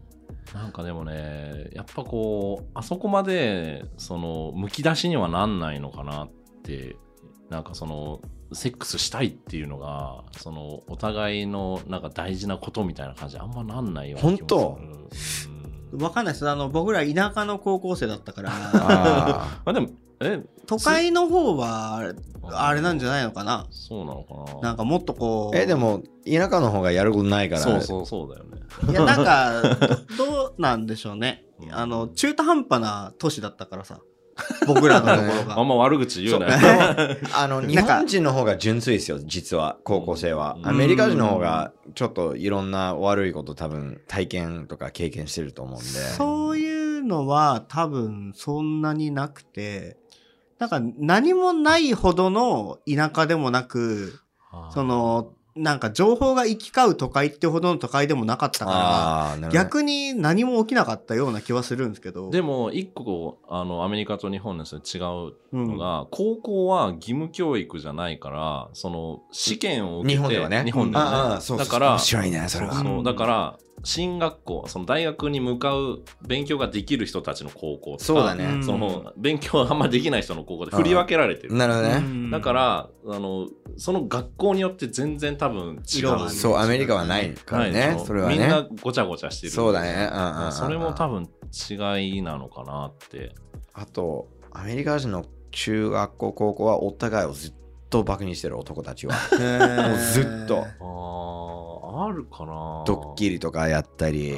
Speaker 2: なんかでもねやっぱこうあそこまでそのむき出しにはなんないのかなってなんかそのセックスしたいっていうのがそのお互いのなんか大事なことみたいな感じあんまなんないような気もするうん
Speaker 1: わかんないです。あの、僕ら田舎の高校生だったから、
Speaker 3: あ
Speaker 2: まあでもえ
Speaker 1: 都会の方はあれなんじゃないのかな
Speaker 2: そうなのかな
Speaker 1: なんかもっと こう
Speaker 3: えでも田舎の方がやることないから
Speaker 2: そうそうそうだよね
Speaker 1: いやなんかどどうなんでしょうね
Speaker 2: うん
Speaker 1: あの中途半端な都市だったからさ僕らのところが
Speaker 2: あんま悪口言うな よ
Speaker 3: あの日本人の方が純粋ですよ実は高校生は
Speaker 2: うん
Speaker 3: アメリカ人の方がちょっといろんな悪いこと多分体験とか経験してると思うんで
Speaker 1: そういうのは多分そんなになくてなんか何もないほどの田舎でもなくそのなんか情報が行き交う都会ってほどの都会でもなかったか
Speaker 3: ああな
Speaker 1: ら
Speaker 3: るほど
Speaker 1: 逆に何も起きなかったような気はするんですけど
Speaker 2: でも一個あのアメリカと日本のそれ違う
Speaker 1: うん
Speaker 2: のが、高校は義務教育じゃないからその試験を受けて
Speaker 3: 日本ではね
Speaker 2: 日本ではね
Speaker 3: ああそうそ
Speaker 2: だ
Speaker 3: う
Speaker 2: から
Speaker 3: 面白いねそ
Speaker 2: そ
Speaker 3: れ
Speaker 2: う
Speaker 3: は
Speaker 2: そう
Speaker 1: うん
Speaker 2: だから進学校その大学に向かう勉強ができる人たちの高校とか
Speaker 3: そうだね
Speaker 1: うん
Speaker 2: その勉強はあんまできない人の高校で振り分けられてる、
Speaker 3: なるほど
Speaker 1: う
Speaker 3: ね
Speaker 1: ん
Speaker 2: だからあのその学校によって全然多分違
Speaker 1: 色が
Speaker 2: う
Speaker 1: ね
Speaker 3: そうアメリカはないから
Speaker 2: ない
Speaker 3: ね
Speaker 2: でしょ
Speaker 3: それは
Speaker 2: みんな
Speaker 3: ね
Speaker 2: ごちゃごちゃしてる
Speaker 3: そうだねうんうんうんうん
Speaker 2: それも多分違いなのかなって
Speaker 3: あとアメリカ人の中学校高校はお互いをずっとバカにしてる男た ちは
Speaker 1: へー
Speaker 3: もうずっと
Speaker 2: あーあるかな
Speaker 3: ドッキリとかやったり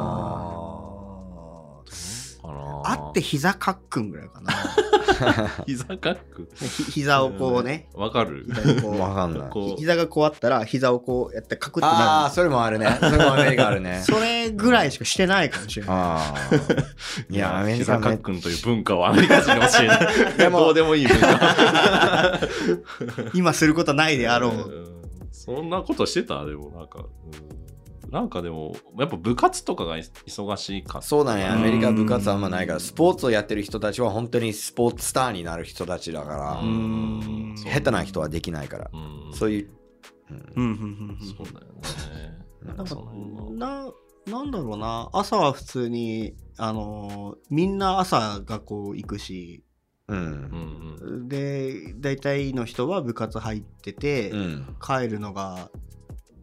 Speaker 1: あ
Speaker 2: あーかな
Speaker 1: ーあって膝かっくんぐらい かな
Speaker 2: 膝かっく
Speaker 1: ひ膝をこうね
Speaker 2: わかる
Speaker 1: 膝にこう
Speaker 3: わかんない
Speaker 2: こう
Speaker 1: 膝がこうあったら膝をこうやってカクッと
Speaker 3: ああ
Speaker 1: な
Speaker 3: それもあるねそれもアメリカある
Speaker 1: る
Speaker 3: ね
Speaker 1: それぐらいしかしてないかもしれない
Speaker 3: あ あいやアメリカ
Speaker 2: 膝か
Speaker 3: め
Speaker 2: っくんという文化をアメリカ人に教えない
Speaker 3: でも
Speaker 2: どうでもいい文化
Speaker 1: 今すること ないであろう。
Speaker 2: んそんなことしてたでもなんか、うんなんかでもやっぱ部活とかがい忙しかった
Speaker 3: そうだねアメリ
Speaker 1: う
Speaker 3: カ
Speaker 1: ん
Speaker 3: 部活あんまないからスポーツをやってる人たちは本当にスポーツスターになる人たちだか
Speaker 1: ん
Speaker 2: うん
Speaker 1: う
Speaker 3: ら下手な人はできないから
Speaker 2: うん
Speaker 3: そういうう
Speaker 1: うんんうん
Speaker 2: そうだよね
Speaker 3: うん
Speaker 1: なんか
Speaker 2: その辺は
Speaker 1: ななんだろうな朝は普通にあのみんな朝学校行くし
Speaker 3: う
Speaker 2: うんん
Speaker 1: で大体の人は部活入ってて、
Speaker 3: うん
Speaker 1: 帰るのが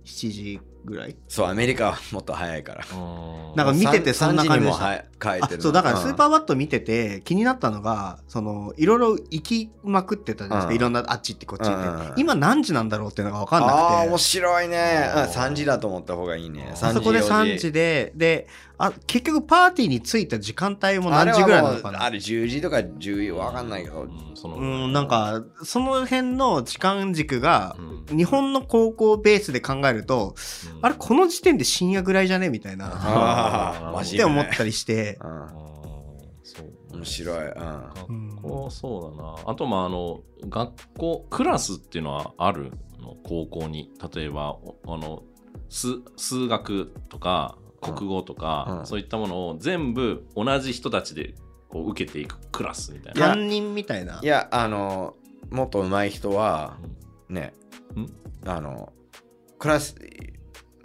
Speaker 1: 7時ぐらい
Speaker 3: そうアメリカはもっと早いから
Speaker 2: うん
Speaker 1: なんか見ててそんな感じでした
Speaker 3: 3時にもは帰ってる
Speaker 1: あ
Speaker 3: の
Speaker 1: そうだからスーパ
Speaker 3: ー
Speaker 1: ーバット見てて気になったのがそのいろいろ行きまくってたじゃないですか、
Speaker 3: うん
Speaker 1: いろんなあっち行ってこっち行って、
Speaker 3: うん
Speaker 1: 今何時なんだろうっていうのが分かんなくて
Speaker 3: ああ面白いねうん
Speaker 2: あー
Speaker 3: 3時だと思った方がいいね
Speaker 2: あ
Speaker 3: 3
Speaker 1: あ
Speaker 3: 時
Speaker 1: そこで
Speaker 3: 4
Speaker 1: 3時でであ結局パーティーに着いた時間帯も
Speaker 3: あれ
Speaker 1: 何時
Speaker 3: はもう
Speaker 1: ぐらいなのかな
Speaker 3: あれ10時とか10時わかんないけど、
Speaker 2: うんその
Speaker 1: うんなんかその辺の時間軸が
Speaker 2: うん
Speaker 1: 日本の高校ベースで考えると
Speaker 2: うん
Speaker 1: あれこの時点で深夜ぐらいじゃねみたいな
Speaker 3: ああマ
Speaker 1: っ
Speaker 3: ジ
Speaker 1: て
Speaker 3: でね、
Speaker 1: 思ったりして
Speaker 3: うん
Speaker 2: そう
Speaker 3: 面白い、うん、あ
Speaker 2: 学校そうだなあとまああの学校クラスっていうのはあるの高校に例えばおあの数数学とか国語とか、
Speaker 3: うん
Speaker 2: そういったものを全部同じ人たちでこう受けていくクラスみたい
Speaker 3: いや
Speaker 2: な。
Speaker 1: 担任みたいない
Speaker 3: やあのもっと上手い人はね
Speaker 2: ん
Speaker 3: あのクラス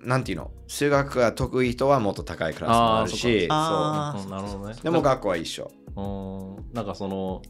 Speaker 3: なんていうの数学が得意人はもっと高いクラスもあるし
Speaker 1: あ
Speaker 2: うんなるほどね
Speaker 3: そうでも学校は一緒
Speaker 2: うんなんかその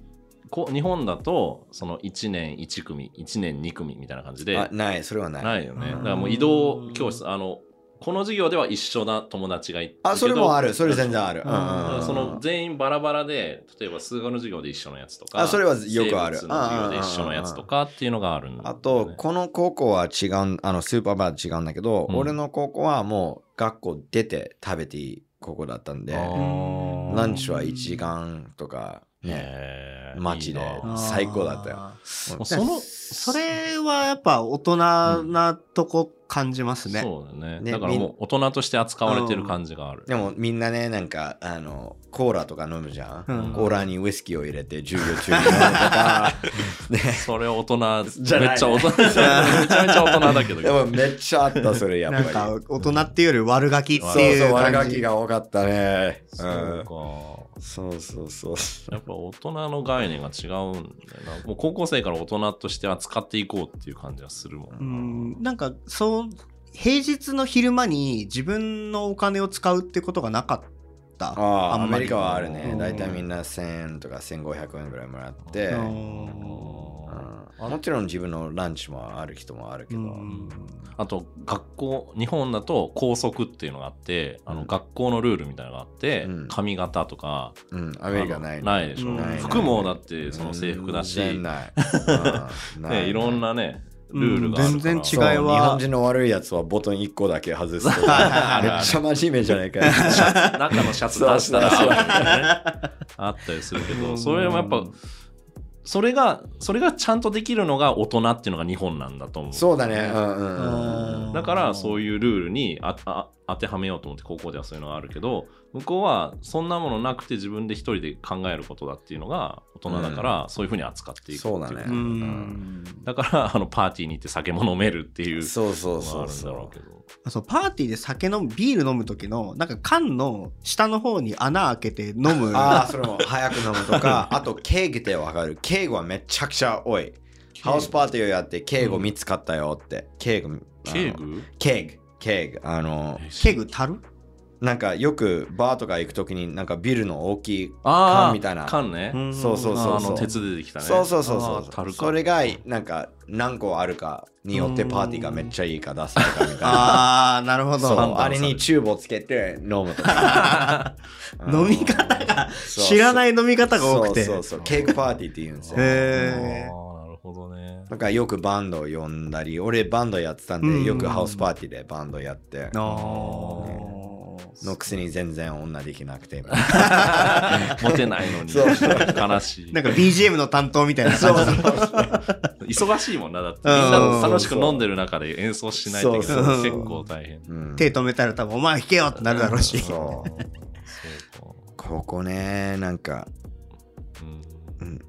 Speaker 2: こ日本だとその1年1組1年2組みたいな感じで
Speaker 3: あないそれはない
Speaker 2: ないよね。
Speaker 1: う
Speaker 2: だ
Speaker 1: ん
Speaker 2: からもう移動教室、あの、この授業では一緒な友達がいるけど
Speaker 3: あそれもあるそれ全然あ
Speaker 1: う
Speaker 3: る、うんん
Speaker 2: だ
Speaker 3: うん
Speaker 2: か
Speaker 3: う
Speaker 2: ら
Speaker 3: ん、
Speaker 2: その全員バラバラで、例えば数学の授業で一緒のやつとか、
Speaker 3: あそれはよくある
Speaker 2: 生物の授業で一緒のやつとかっていうのがあるんだよね
Speaker 3: あと、この高校は違うん、あの、スーパーバー違うんだけど、
Speaker 2: うん
Speaker 3: 俺の高校はもう学校出て食べていい高校だったんで、
Speaker 2: あー
Speaker 3: ランチは1時間とか、ね、
Speaker 2: ね
Speaker 3: 街で
Speaker 1: あー
Speaker 3: 最高だったよ
Speaker 2: その、
Speaker 1: それはやっぱ大人なとこ感じますね、
Speaker 2: そうだね
Speaker 3: ね
Speaker 2: だからもう大人として扱われてる感じがある。
Speaker 3: でもみんなね、なんか、あの、コーラとか飲むじゃん。
Speaker 1: うん
Speaker 3: コーラにウイスキーを入れて授業中に飲むと か、ね、
Speaker 2: それ大人、
Speaker 3: じゃない
Speaker 2: めっちゃ大 人、めちゃめちゃ大人だけど。
Speaker 3: でもめっちゃあった、それやっぱ
Speaker 1: なん
Speaker 3: り。
Speaker 1: か大人っていうより悪ガキって
Speaker 3: そう
Speaker 1: い
Speaker 3: そうう、
Speaker 1: 感じ
Speaker 3: 悪ガキが多かったね。う
Speaker 2: そ
Speaker 3: ん
Speaker 2: うか。
Speaker 3: そうそうそう。
Speaker 2: やっぱ大人の概念が違うんだよな。もう高校生から大人として扱っていこうっていう感じがするも
Speaker 1: うんんなんかそう平日の昼間に自分のお金を使うってことがなかった
Speaker 3: あ
Speaker 1: あんま
Speaker 3: あア
Speaker 1: り
Speaker 3: メリカはある
Speaker 2: う
Speaker 3: ね
Speaker 2: ん
Speaker 3: 大体みんな1000円とか1500円ぐらいもらって、
Speaker 1: う
Speaker 3: うんんもちろん自分のランチもある人もあるけど、
Speaker 1: うん
Speaker 2: あと学校日本だと校則っていうのがあってあ
Speaker 3: う
Speaker 2: の
Speaker 3: ん
Speaker 2: 学校のルールみたいなのがあって、
Speaker 3: うん
Speaker 2: 髪型とか
Speaker 3: うん、アメリカないね。
Speaker 2: ないでしょ、
Speaker 1: うんないない
Speaker 2: 服もだってその制服だし、
Speaker 3: 全然 ない。うん
Speaker 2: ね、いろん。なねルールがあるから、
Speaker 1: うん全然違
Speaker 3: 違
Speaker 1: う
Speaker 3: い
Speaker 1: は
Speaker 3: は日本人の悪いやつはボトン1個だけ外す と
Speaker 1: はいはい
Speaker 3: か
Speaker 1: はい
Speaker 3: め
Speaker 2: はい
Speaker 3: っちゃ真面目じゃないかよ
Speaker 2: 中のシャツ出したら
Speaker 3: そ
Speaker 2: 合
Speaker 3: うそうそう
Speaker 2: うみたいなねあったりするけ
Speaker 1: う
Speaker 2: ど
Speaker 1: ん
Speaker 2: それもやっぱそれがそれがちゃんとできるのが大人っていうのが日本なんだと思う
Speaker 3: そうだね。うんうんうん。
Speaker 2: だからそう
Speaker 1: う
Speaker 2: いうルールにああ当てはめようと思って高校ではそういうのがあるけど向こうはそんなものなくて自分で一人で考えることだっていうのが大人だからそういうふうに扱っていくってい
Speaker 3: そうだね
Speaker 1: う
Speaker 3: うん
Speaker 2: だからあのパーティーに行って酒も飲めるっていう
Speaker 3: そうそ
Speaker 2: の
Speaker 3: う
Speaker 2: が
Speaker 3: そ
Speaker 2: あ
Speaker 3: う
Speaker 2: るんだろ
Speaker 3: そう
Speaker 2: けど
Speaker 1: そうパーティーで酒飲むビール飲む時のなんか缶の下の方に穴開けて飲む
Speaker 3: う。ああ、それも早く飲むと か、あとケーキってわかる。ケーキはめちゃくちゃ多い。ハウスパーティーをやってケーキ3つ買ったよって。ケーキ。
Speaker 2: ケーグ
Speaker 3: ケーキ。ケーキ。あの、
Speaker 1: ケグたる
Speaker 3: なんかよくバーとか行くときになんかビルの大きい
Speaker 2: あー
Speaker 3: 缶みたいな
Speaker 2: 缶ね
Speaker 1: うん
Speaker 3: そうそう
Speaker 2: あ
Speaker 3: そう
Speaker 2: あ
Speaker 3: そ
Speaker 2: の
Speaker 3: う
Speaker 2: 鉄でできたね
Speaker 3: そうそうそうそ
Speaker 2: あ
Speaker 3: う
Speaker 2: ー樽か
Speaker 3: それがなんか何個あるかによってパーティーがめっちゃいいか出せるかみたいな
Speaker 1: あーなるほ
Speaker 3: そう
Speaker 1: ど
Speaker 3: あれにチューブをつけて飲むとか
Speaker 1: 飲み方が知らないい飲み方が多くて
Speaker 3: そうそうそうケーキパーティーって言うんですよ
Speaker 1: へー
Speaker 2: あーなるほどね
Speaker 3: だからよくバンドを呼んだり俺バンドやってたん
Speaker 1: うん
Speaker 3: でよくハウスパーティーでバンドやって
Speaker 1: あ
Speaker 3: のくせに全然女できなくて
Speaker 2: モテないのに
Speaker 3: そう
Speaker 2: 悲しい
Speaker 1: ーなんか BGM の担当みたいな感じ
Speaker 2: 忙しいもんなだってみ
Speaker 1: うん
Speaker 2: んな楽しく飲んでる中で演奏しないといけない
Speaker 1: そうそう
Speaker 2: 結構大変
Speaker 3: うん
Speaker 1: 手止めたら多分お前弾けよってなるだろうし
Speaker 3: そうここねなんか
Speaker 2: そう
Speaker 3: うんうん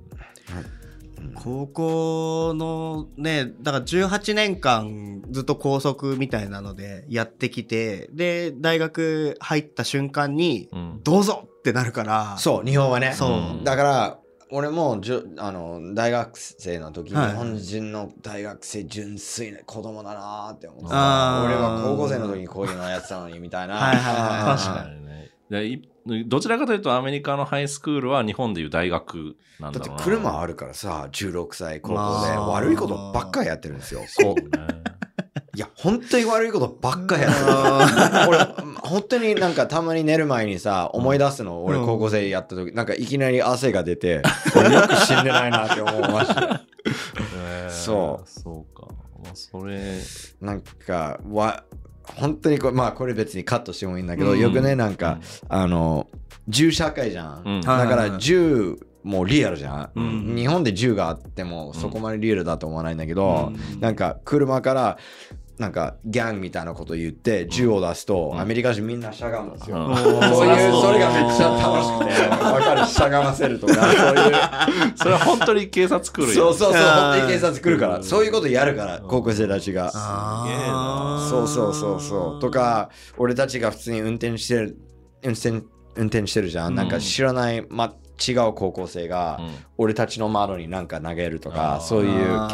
Speaker 1: 高校のねだから18年間ずっと校則みたいなのでやってきてで大学入った瞬間に
Speaker 2: かうん
Speaker 1: どうぞってなるから
Speaker 3: そう日本はね
Speaker 1: そう
Speaker 2: うん
Speaker 3: だから俺もじゅあの大学生の時、
Speaker 1: はい
Speaker 3: 日本人の大学生純粋な子供だなーって思って
Speaker 1: あ
Speaker 3: た
Speaker 1: ー
Speaker 3: 俺は高校生の時にこういうのやってたのにみたいな
Speaker 1: はいはいはいはい
Speaker 2: 確かにねでいどちらかというとアメリカのハイスクールは日本でいう大学なんだ
Speaker 3: だ
Speaker 2: ろ
Speaker 3: っ
Speaker 2: う
Speaker 3: て
Speaker 2: な
Speaker 3: 車あるからさ16歳高校で
Speaker 1: まあ
Speaker 3: 悪いことばっかりやってるん ですよ
Speaker 2: そう
Speaker 3: こう
Speaker 2: ね
Speaker 3: いや本当に悪いことばっかりやって る俺本当になんかたまに寝る前にさ思い出すの俺
Speaker 1: うん
Speaker 3: 高校生やった時なんかいきなり汗が 出て俺よく死んでないなって思いました
Speaker 2: ね
Speaker 3: そう
Speaker 2: そうかまあそれ
Speaker 3: なんかわ本当にこれまあこれ別にカットしてもいいんだけど、
Speaker 1: うん
Speaker 3: よくねなんか、あの銃社会じゃん、
Speaker 2: うん
Speaker 3: だか
Speaker 1: はいはいは
Speaker 3: ら
Speaker 1: い
Speaker 3: 銃もリアルじゃん、
Speaker 2: うん
Speaker 3: 日本で銃があってもそこまでリアルだと思わないんだけど、
Speaker 1: うん
Speaker 3: なんか車からなんかギャンみたいなこと言って銃を出すと、
Speaker 2: うん
Speaker 3: アメリカ人みんなしゃがむんですよ、
Speaker 2: うん
Speaker 3: そう
Speaker 2: りゃ
Speaker 3: いう
Speaker 2: そう
Speaker 3: それがめっちゃ楽しくてわかるしゃがませる とかそういう
Speaker 2: それは本当に警察来るよ
Speaker 3: そうそうそう
Speaker 1: あー
Speaker 3: 本当に警察来るからそういうことやるから
Speaker 2: うん
Speaker 3: 高校生たちが
Speaker 1: あー
Speaker 3: そうそうそうそう。とか、俺たちが普通に運転してる、運転運転してるじゃん。
Speaker 2: うん
Speaker 3: なんか知らない、ま、違う高校生が、
Speaker 2: うん
Speaker 3: 俺たちの窓になんか投げると
Speaker 2: あ
Speaker 3: か、
Speaker 2: ー
Speaker 3: そういう喧嘩とか。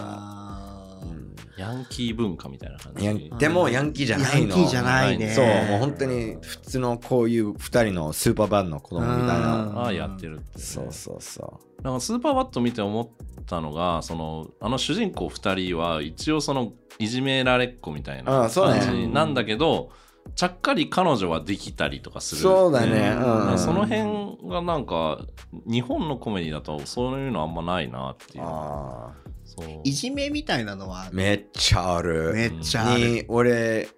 Speaker 1: あ
Speaker 3: う
Speaker 1: ー
Speaker 3: ん
Speaker 2: ヤンキー文化みたいな感
Speaker 3: ヤ
Speaker 2: じ
Speaker 3: ンでもヤンキーじゃないの。
Speaker 1: ヤンキーじゃないね
Speaker 3: そう、もう本当に普通のこういう二人のスーパーバンドの子供みたい
Speaker 1: うん
Speaker 3: な。
Speaker 2: ああやってるって、ね、
Speaker 3: そうそうそ
Speaker 2: なんかスーパーバット見て思ったのがそのあの主人公2人は一応そのいじめられっ子みたい
Speaker 3: あ
Speaker 2: な
Speaker 3: あそう
Speaker 1: ね
Speaker 2: 感じなんだけど、ちゃっかり彼女はできたりとか
Speaker 3: う。
Speaker 2: する
Speaker 3: そうだね。
Speaker 1: うん
Speaker 3: うん
Speaker 2: なんかその辺がなんか日本のコメディだとそういうのあんまないなっていう
Speaker 3: ああ
Speaker 2: そう
Speaker 1: いじめみたいなのは
Speaker 3: めっちゃある。
Speaker 1: めっちゃある
Speaker 3: に俺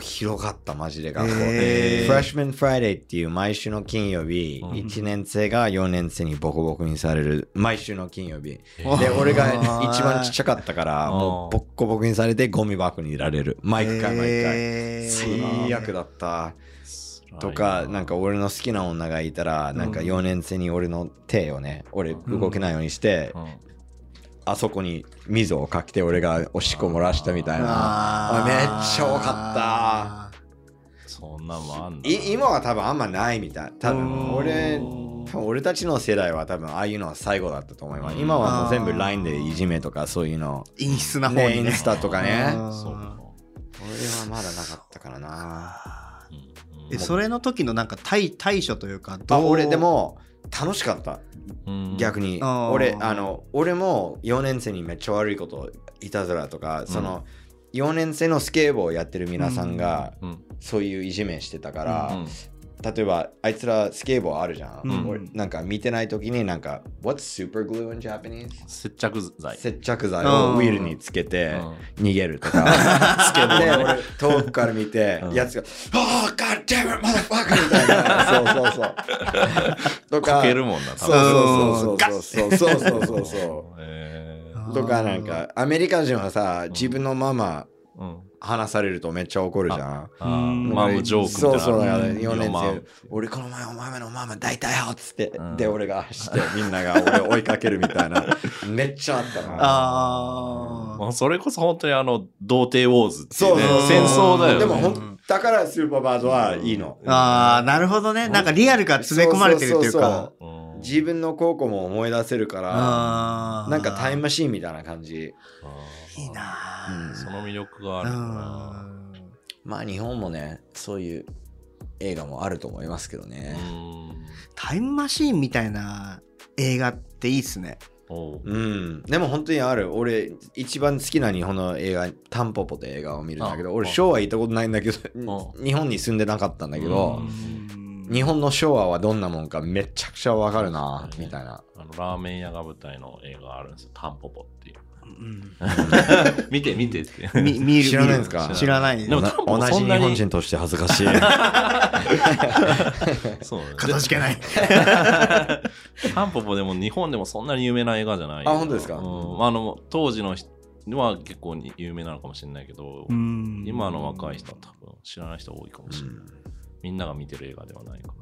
Speaker 3: 広がったマジで学校
Speaker 1: へ
Speaker 3: で、
Speaker 1: ー
Speaker 3: フレッシュマン・フライデーっていう毎週の金曜日、
Speaker 2: うん
Speaker 3: 1年生が4年生にボコボコにされる毎週の金曜日
Speaker 2: えー
Speaker 3: で
Speaker 1: あー
Speaker 3: 俺が一番ちっちゃかったから
Speaker 2: あー
Speaker 3: もうボッコボコにされてゴミ箱にいられる毎回毎回
Speaker 1: えー
Speaker 3: 最悪だった
Speaker 2: 辛いな
Speaker 3: とかなんか俺の好きな女がいたらなんか
Speaker 1: うん
Speaker 3: 4年生に俺の手をね俺動けないようにして
Speaker 2: うん
Speaker 3: あそこに溝をかけて俺がおしっこ漏らしたみたいな
Speaker 1: あー
Speaker 3: めっちゃ多か
Speaker 2: そんなんもあんだ
Speaker 3: い今は多分あんまないみたい多分俺多分俺たちの世代は多分ああいうのは最後だったと思います今はもう全部 LINE でいじめとかそういうの
Speaker 1: 陰湿な方に
Speaker 3: イン
Speaker 1: ね
Speaker 3: スタとかね
Speaker 1: あー
Speaker 2: そうか、
Speaker 3: 俺はまだなかったからな
Speaker 2: うん
Speaker 1: えそれの時のなんか対対処というか
Speaker 3: あ
Speaker 1: どう
Speaker 3: 俺でも楽しかった
Speaker 2: うん
Speaker 3: 逆に
Speaker 1: あー
Speaker 3: 俺あの俺も4年生にめっちゃ悪いこといたずらとかその4年生のスケーボーをやってる皆さんが
Speaker 2: うん
Speaker 3: そういういじめしてたか
Speaker 2: う
Speaker 3: ら
Speaker 2: ん
Speaker 3: 例えばあいつらスケーボーあるじゃん、
Speaker 2: うん
Speaker 3: 俺なんか見てない時になんか「What's super glue in Japanese?」
Speaker 2: 接着剤。
Speaker 3: 接着剤をウィルにつけ
Speaker 2: う
Speaker 3: て
Speaker 2: ん
Speaker 3: 逃げるとか、
Speaker 2: スケボーね
Speaker 3: で俺遠くから見て、
Speaker 2: うん
Speaker 3: やつが「ああ God damn it motherfucker!」みたいなそうそうそうとか
Speaker 2: かけるもんな、多
Speaker 3: そう
Speaker 2: 分
Speaker 3: そうそうそうそうそうそうそ
Speaker 2: へー
Speaker 1: あ
Speaker 3: うとかなんかアメリカ人はさ自分のママ
Speaker 2: うん
Speaker 3: 話されるとめっちゃ怒るじゃん
Speaker 2: あーマムジョークみたいな。
Speaker 3: そうそうだから
Speaker 2: ん
Speaker 3: 4年
Speaker 2: マ
Speaker 3: 生
Speaker 2: ム
Speaker 3: 俺この前お前のママ大体よっつって、
Speaker 2: うん
Speaker 3: で俺が走ってみんなが俺を追いかけるみた いなめっちゃあったな
Speaker 1: あ
Speaker 2: まあ、それこそ本当にあの、童貞ウォーズってい
Speaker 3: そうう
Speaker 2: ね
Speaker 3: そうそう
Speaker 2: 戦争だよね。
Speaker 3: でもほんだからスーパーバードはいいの。
Speaker 1: ーあーなるほどねなんかリアルが詰め込まれてるっていう
Speaker 3: そそ
Speaker 1: か
Speaker 3: そ
Speaker 2: うん
Speaker 3: 自分の高校も思い出せるから、
Speaker 1: あー
Speaker 3: なんかタイムマシーンみたいな感じ。
Speaker 2: あー
Speaker 1: いいな
Speaker 2: その魅力があ
Speaker 1: あ
Speaker 2: るか
Speaker 3: まあ日本もね、そういう映画もあると思いますけど
Speaker 2: ら。
Speaker 3: ね
Speaker 2: う。ん。
Speaker 1: タイムマシーンみたいな映画っていいっすね
Speaker 2: おう
Speaker 3: うん、でも本当にある俺一番好きな日本の映画「タンポポ」って映画を見るんだけど
Speaker 2: あ
Speaker 3: 俺
Speaker 2: あ
Speaker 3: 昭和行ったことないんだけど 日本に住んでなかったんだけど日
Speaker 1: 本
Speaker 3: 本の昭和はどんなもんかめちゃくちゃわかるな
Speaker 2: そうですね
Speaker 3: みたいな
Speaker 2: あのラーメン屋が舞台の映画あるんですよ。タンポポっていう。
Speaker 1: うん
Speaker 2: 見て見てって。
Speaker 1: み見る
Speaker 3: 知らないんですか
Speaker 1: 見る知らない
Speaker 2: でも
Speaker 3: 同
Speaker 2: タンポポ
Speaker 3: 同じ
Speaker 2: そんな
Speaker 3: 日
Speaker 2: に
Speaker 3: 本人として恥ずか しい
Speaker 2: そうね
Speaker 1: 片付けない
Speaker 2: タンポポでも日本でもそんなに有名な映画じゃない。
Speaker 3: あ本当ですか
Speaker 2: うん、あの当時の人は結構に有名なのかもしれないけど、
Speaker 1: うん
Speaker 2: 今の若い人は多分知らない人多いかもしれない。みんなが見てる映画ではないか